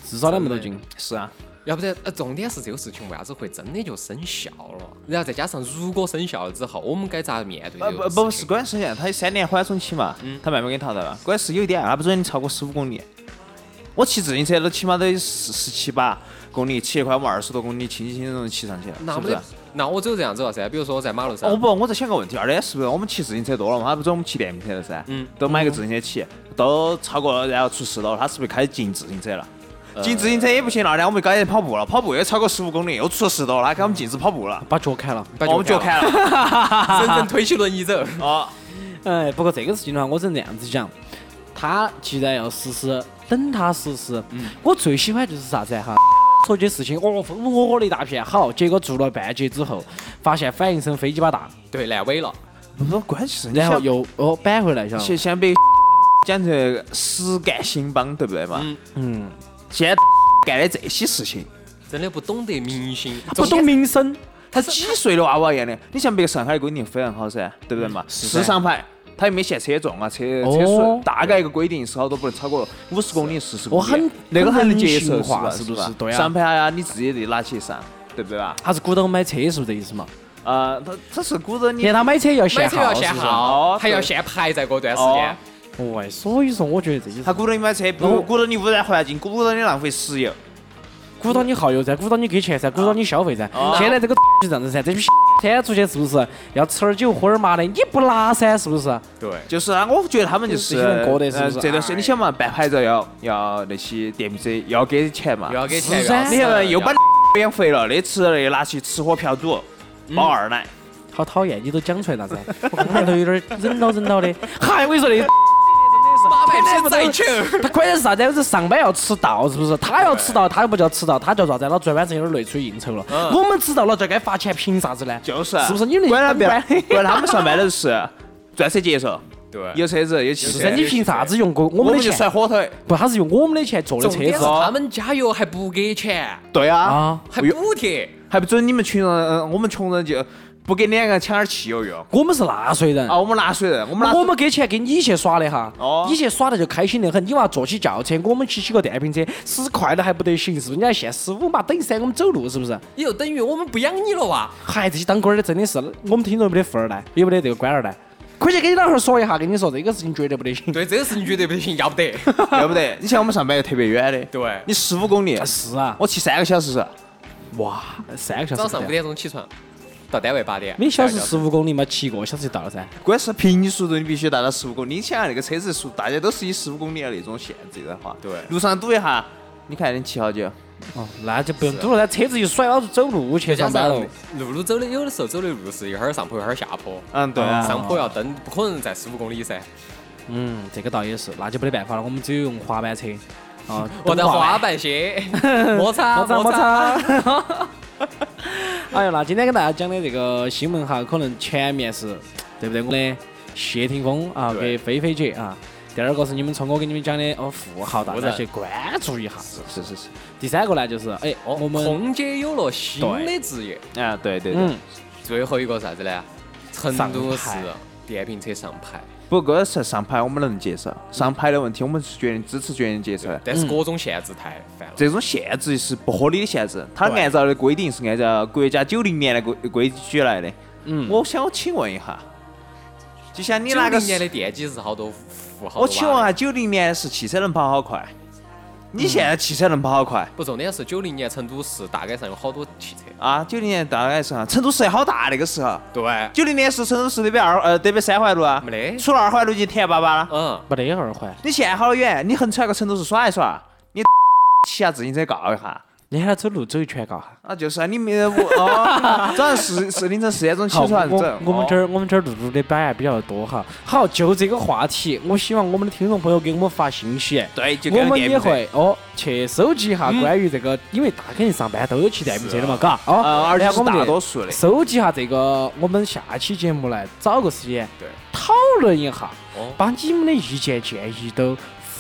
Speaker 4: 至少两百多斤。
Speaker 5: 是啊，
Speaker 3: 要不然，呃，重点是这个事情为啥子会真的就生效了？然后再加上，如果生效了之后，我们该咋面对
Speaker 5: 呃
Speaker 3: 这个事
Speaker 5: 不不是，
Speaker 3: 情嗯
Speaker 5: 关键是现在他有三年缓冲期嘛，他慢慢给你淘汰了。关键是有一点，他不准你超过十五公里。我骑自行车都起码都有十十七八公里，骑一块我二十多公里，轻轻松松骑上去了，
Speaker 3: 那
Speaker 5: 是不
Speaker 3: 不
Speaker 5: 是
Speaker 3: 得？，那我只有这样子了噻。比如说我在马路上，
Speaker 5: 哦不，我在想个问题，二点是不是我们骑自行车多了嘛？他不准我们骑电瓶车了噻？
Speaker 3: 嗯
Speaker 5: 都买个自行车骑，都超过然后出事了，他是不是开始禁自行车了？
Speaker 3: 呃
Speaker 5: 禁自行车也不行了，然后我们就改成跑步了，跑步又超过十五公里，又出事了，他给我们禁止跑步了，
Speaker 4: 把脚砍了，
Speaker 3: 嗯把
Speaker 5: 哦我们脚
Speaker 3: 砍
Speaker 5: 砍了。
Speaker 3: 了，深深推起轮椅走。
Speaker 5: 哦，
Speaker 4: 哎，不过这个事情的话，我只能这样子讲，他既然要实施，等他实施。我最喜欢就是啥子啊哈？说起事情，哦，风风火火的一大片，好，结果做了半截之后，发现反应声飞鸡巴大，
Speaker 3: <laughs> 对，烂尾了。
Speaker 5: 不是，关键是你
Speaker 4: 然后
Speaker 5: 想
Speaker 4: 又哦扳回来，晓得吗
Speaker 5: 先？先被 <laughs> 讲成实干兴邦，对不对嘛？嗯现在 <laughs> 干的这些事情，
Speaker 3: 真的不懂得民心，
Speaker 4: 不懂民生，
Speaker 5: 他几岁的娃娃一样的。你像别个上海的规定非常好噻，对不对嘛？是上牌，他又没限车重啊，车车
Speaker 4: 哦
Speaker 5: 速大概一个规定是好多不能超过五十公里、四十公里。
Speaker 4: 我很
Speaker 5: 那个还能接
Speaker 4: 很
Speaker 5: 受
Speaker 4: 人性化
Speaker 5: 吧？
Speaker 4: 是
Speaker 5: 是
Speaker 4: 不是
Speaker 5: 吧
Speaker 4: 对啊
Speaker 5: 上牌啊，你自己得拿去上，对不对吧？
Speaker 4: 他是鼓捣买车，是不是这意思嘛？
Speaker 5: 呃，他他是鼓着你
Speaker 4: 连他买车要限
Speaker 3: 买车
Speaker 4: 号，
Speaker 3: 要
Speaker 4: 是
Speaker 3: 限
Speaker 4: 不是？
Speaker 3: 号，
Speaker 5: 哦
Speaker 3: 还要
Speaker 5: 对
Speaker 3: 限牌，再过段时
Speaker 5: 哦
Speaker 3: 间。，
Speaker 4: 喂，所以说我觉得这些
Speaker 5: 他
Speaker 4: 他
Speaker 5: 鼓着你买车，
Speaker 4: 哦
Speaker 5: 不鼓着你污染环境，鼓着你浪费石油。
Speaker 4: 鼓捣你耗油噻，鼓捣你给钱噻，鼓捣你消费噻。
Speaker 5: 哦
Speaker 4: 现在这个 <laughs> 就这样子噻，这批摊出去是不是要吃点儿酒喝点儿麻的？你不拿噻，是不是？
Speaker 3: 对，
Speaker 5: 就是啊，我觉得他们就
Speaker 4: 这
Speaker 5: 是
Speaker 4: 些人过得是不
Speaker 5: 呃
Speaker 4: 是
Speaker 5: 这段
Speaker 4: 哎
Speaker 5: 时间你想嘛，办牌照要要那些电瓶车要给钱嘛
Speaker 3: 又，要给钱，
Speaker 4: 是啊噻
Speaker 5: 你
Speaker 3: 又要
Speaker 5: 看又把养肥了，那次那拿去吃喝嫖赌，
Speaker 4: 嗯
Speaker 5: 包二奶，
Speaker 4: 好讨厌，你都讲出来啥
Speaker 5: <laughs>
Speaker 4: 子？我刚才都有点儿忍到忍到的。 <laughs> 嗨，我跟你说那。
Speaker 3: 八百
Speaker 4: 真
Speaker 3: 奶
Speaker 4: 的
Speaker 3: 哎再
Speaker 4: 是
Speaker 3: 酒。
Speaker 4: <laughs> 他关键是啥子？是上班要迟到，是不是？他要迟到，他又不叫迟到，他叫啥子？老转班正有点累，出去应酬了。我们迟到了就该罚钱，凭啥子呢？
Speaker 5: 嗯就是啊
Speaker 4: 是不是你那
Speaker 5: 管他
Speaker 4: <laughs>
Speaker 5: 不
Speaker 4: 当
Speaker 5: 要 <laughs>
Speaker 4: 官，
Speaker 5: 管他们上班都是专车接受，
Speaker 3: 对，
Speaker 5: 有车子有汽
Speaker 4: 是噻，，
Speaker 5: 车
Speaker 4: 你凭啥子用过我
Speaker 5: 我
Speaker 4: 们
Speaker 5: 们
Speaker 4: 的
Speaker 5: 就
Speaker 4: 钱？
Speaker 5: 甩火腿，
Speaker 4: 不，他是用我们的钱坐的
Speaker 3: 重
Speaker 4: 车
Speaker 3: 点是
Speaker 4: 子
Speaker 3: 他们加油还不给钱，
Speaker 5: 对啊，
Speaker 4: 啊。
Speaker 3: 还
Speaker 5: 哎呦
Speaker 3: 补贴。
Speaker 5: 还不准你们穷人，呃我们穷人就不给两个抢点汽油用。
Speaker 4: 我们是纳税人
Speaker 5: 啊，。我们纳税人，我们纳
Speaker 4: 哦我们给钱给你去耍的哈，
Speaker 5: 哦
Speaker 4: 你去耍的就开心得很。你娃坐起轿车，我们骑起个电瓶车，十块都还不得行，是不是？你看现在十五嘛，等于三，我们走路是不是？
Speaker 3: 也就等于我们不养你了 <laughs> 哇！
Speaker 4: 嗨，这些当官儿的真的是，我们听说没得富二代，也没得这个官二代。快去给你老汉儿说一下，跟你说这个事情绝对不得行。
Speaker 3: 对，这个事情绝对不行，要不得。
Speaker 5: 要不得，你像我们上班又特别远的，
Speaker 3: <laughs> 对
Speaker 5: 你十五公里，
Speaker 4: 是啊，
Speaker 5: 我骑三个小时，
Speaker 4: 哇，三个小时。
Speaker 3: 早上五。点钟起床，到单位八点。
Speaker 4: 每小时
Speaker 3: 到家
Speaker 4: 十五公里嘛，骑一个小时就到了噻。
Speaker 5: 关键是平均速度你必须达到十五公里。你想啊那个车子速，大家都是以十五公里的那种限制的话，
Speaker 3: 对
Speaker 5: 路上堵一下，你看你骑好久？
Speaker 4: 哦，那就不用堵了，噻，车子一甩，老子走路去
Speaker 3: 加
Speaker 4: 上班
Speaker 3: 上
Speaker 4: 了。
Speaker 3: 路路走的，有的时候走的路是一会儿上坡一会儿下坡。
Speaker 5: 嗯，对啊，
Speaker 3: 上坡要蹬，不可能在十五公里噻。
Speaker 4: 嗯，这个倒也是，那就没得办法了，我们只有用滑板车。
Speaker 3: <laughs>
Speaker 4: 啊，
Speaker 3: 我的
Speaker 4: 蹬
Speaker 3: 滑板 <laughs> 鞋，摩擦
Speaker 4: 摩擦摩
Speaker 3: 擦。
Speaker 4: 擦。 <laughs> 哎呦，那今天跟大家讲的这个新闻哈，可能前面是对不对？我们的谢霆锋啊，
Speaker 3: 对
Speaker 4: 给菲菲姐啊。第二个是你们聪哥给你们讲的哦，富豪大
Speaker 3: 富
Speaker 4: 家
Speaker 3: 人
Speaker 4: 去关注一下。
Speaker 5: 是是是，
Speaker 4: 第三个呢，就是哎，
Speaker 3: 哦，
Speaker 4: 我们
Speaker 3: 空姐有了新的职业。
Speaker 5: 啊，对对对。
Speaker 4: 嗯，
Speaker 3: 最后一个是啥子呢？成都市
Speaker 4: 上牌
Speaker 3: 电瓶车上牌，
Speaker 5: 不过是上牌我们能接受，上牌的问题我们是决定支持决定接受的。
Speaker 3: 但是各种限制太烦了。
Speaker 5: 这种限制是不合理的限制，它按照的规定是按照国家九零年的规规矩来的。嗯，我想请问一下，就像你
Speaker 3: 九
Speaker 5: 那个
Speaker 3: 零年的电机是好多富豪。
Speaker 5: 我请问
Speaker 4: 啊
Speaker 5: 下，，九零年是汽车能跑好快？你现在汽车能跑好快
Speaker 3: 不，重点是九零年成都市大街上有好多汽车。
Speaker 5: 啊？九零年大概是啊，成都市好大那个时候，
Speaker 3: 对，
Speaker 5: 九零年是成都市那边二呃那边三环路啊，
Speaker 3: 没得
Speaker 5: 除了二环路已经甜巴巴了。
Speaker 3: 嗯，
Speaker 4: 没得二环，
Speaker 5: 你现在好远，你横 <laughs> 穿个成都市耍一耍，你骑下自行车告一下。
Speaker 4: 你喊他走路走一圈嘎哈。
Speaker 5: 啊，就是啊，你没我哦，早上四四凌晨四点钟起
Speaker 4: 好，
Speaker 5: 床
Speaker 4: 我
Speaker 5: 整。
Speaker 3: 哦
Speaker 4: 我们这
Speaker 5: 儿
Speaker 4: 儿我们这儿露露的表演比较多哈。好，就这个话题，我希望我们的听众朋友给我们发信息。
Speaker 5: 对，就
Speaker 4: 我们也会哦去搜集一下关于这个，因为大家肯定上班都有骑电瓶车的嘛，嘎。哦
Speaker 5: 嗯啊，，而且
Speaker 4: 然后
Speaker 5: 是
Speaker 4: 我们
Speaker 5: 大
Speaker 4: 就
Speaker 5: 多数的。
Speaker 4: 搜集一下这个，我们下期节目来找个时间
Speaker 3: 对
Speaker 4: 讨论一下
Speaker 3: 哦，
Speaker 4: 把你们的意见建议都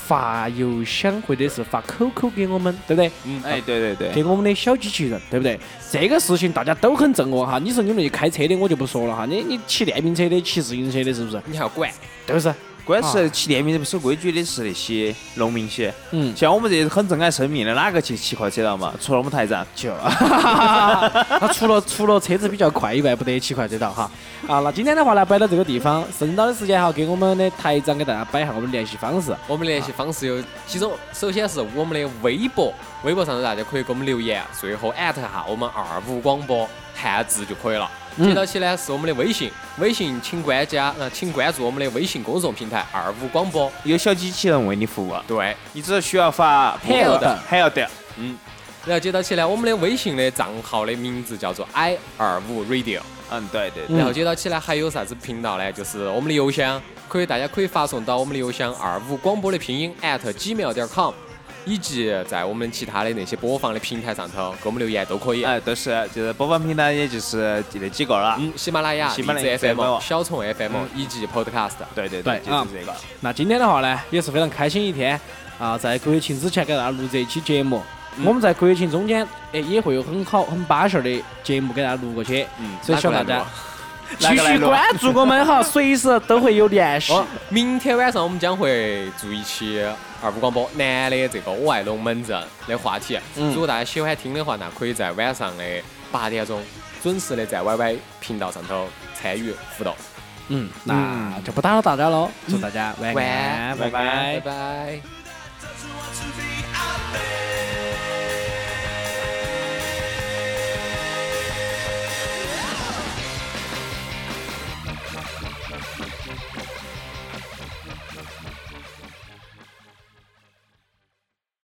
Speaker 4: 发邮箱或者是发 QQ 给我们，对不对？
Speaker 3: 嗯
Speaker 5: 哎，
Speaker 3: 啊
Speaker 5: 对对
Speaker 4: 给
Speaker 5: 对，
Speaker 4: 我们的小机器人，对不对？这个事情大家都很正恶哈。你说你们那开车的，我就不说了哈。你你骑电瓶车的，骑自行车的，是不是？
Speaker 3: 你还要管？
Speaker 4: 都是。
Speaker 5: 关键是骑电瓶车不守规矩的是那些农民些，
Speaker 4: 嗯，
Speaker 5: 像我们这些很珍爱生命的，哪个去骑快车道嘛？除了我们台长，
Speaker 4: 就， <laughs> 那除了除了车子比较快以外，不得骑快车道哈。啊，那今天的话呢，摆到这个地方，剩到的时间哈，给我们的台长给大家摆一下我们联系方式。
Speaker 3: 我们联系方式有几种，首先是我们的微博，微博上头大家可以给我们留言，最后艾特一下我们二五广播汉字就可以了。
Speaker 4: 嗯
Speaker 3: 接到起呢是我们的微信，微信请关加，呃，请关注我们的微信公众平台二五广播。
Speaker 5: 有小机器人为你服务，啊
Speaker 3: 对，
Speaker 5: 你只需要发
Speaker 4: Help
Speaker 5: 还要得。
Speaker 3: 然后接到起呢，我们的微信的账号的名字叫做 i 二五 radio。
Speaker 5: 嗯，对对
Speaker 4: 嗯
Speaker 5: 对，
Speaker 3: 然后接到起来还有啥子频道呢？就是我们的邮箱，可以大家可以发送到我们的邮箱二五广播的拼音 at gmail 点 com，以及在我们其他的那些播放的平台上头给我们留言都可以。
Speaker 5: 哎，都是就是播放平台，也就是那几个了。
Speaker 3: 嗯，喜马拉雅、
Speaker 5: 喜
Speaker 3: 荔
Speaker 5: 马拉雅哦
Speaker 3: 枝 FM、
Speaker 5: FM
Speaker 3: 小虫 FM
Speaker 5: 嗯
Speaker 3: 以及 Podcast。
Speaker 5: 对对
Speaker 4: 对
Speaker 5: 就
Speaker 4: 啊
Speaker 5: 是这个。
Speaker 4: 那今天的话呢，也是非常开心一天啊，在国庆之前给大家录这一期节目。
Speaker 5: 嗯
Speaker 4: 我们在国庆中间，哎，也会有很好、很巴适的节目给大家录过去，
Speaker 3: 嗯
Speaker 4: 所以希望大
Speaker 3: 哪个来录啊
Speaker 4: 家继
Speaker 5: 哪个
Speaker 4: 续
Speaker 5: 来录啊嗯
Speaker 4: 关注我们哈，随时都会有联系。
Speaker 3: 哦，明天晚上我们将会做一期二五广播男的这个我爱龙门阵的话题。
Speaker 5: 嗯
Speaker 3: 如果大家喜欢听的话，那可以在晚上的八点钟准时的在 YY 频道上头参与互动。
Speaker 4: 嗯，那就不打扰大家喽，
Speaker 5: 嗯
Speaker 4: 祝大家晚
Speaker 3: 晚安
Speaker 4: 安，拜拜
Speaker 3: 拜。拜。
Speaker 7: Doesn't want to be out there.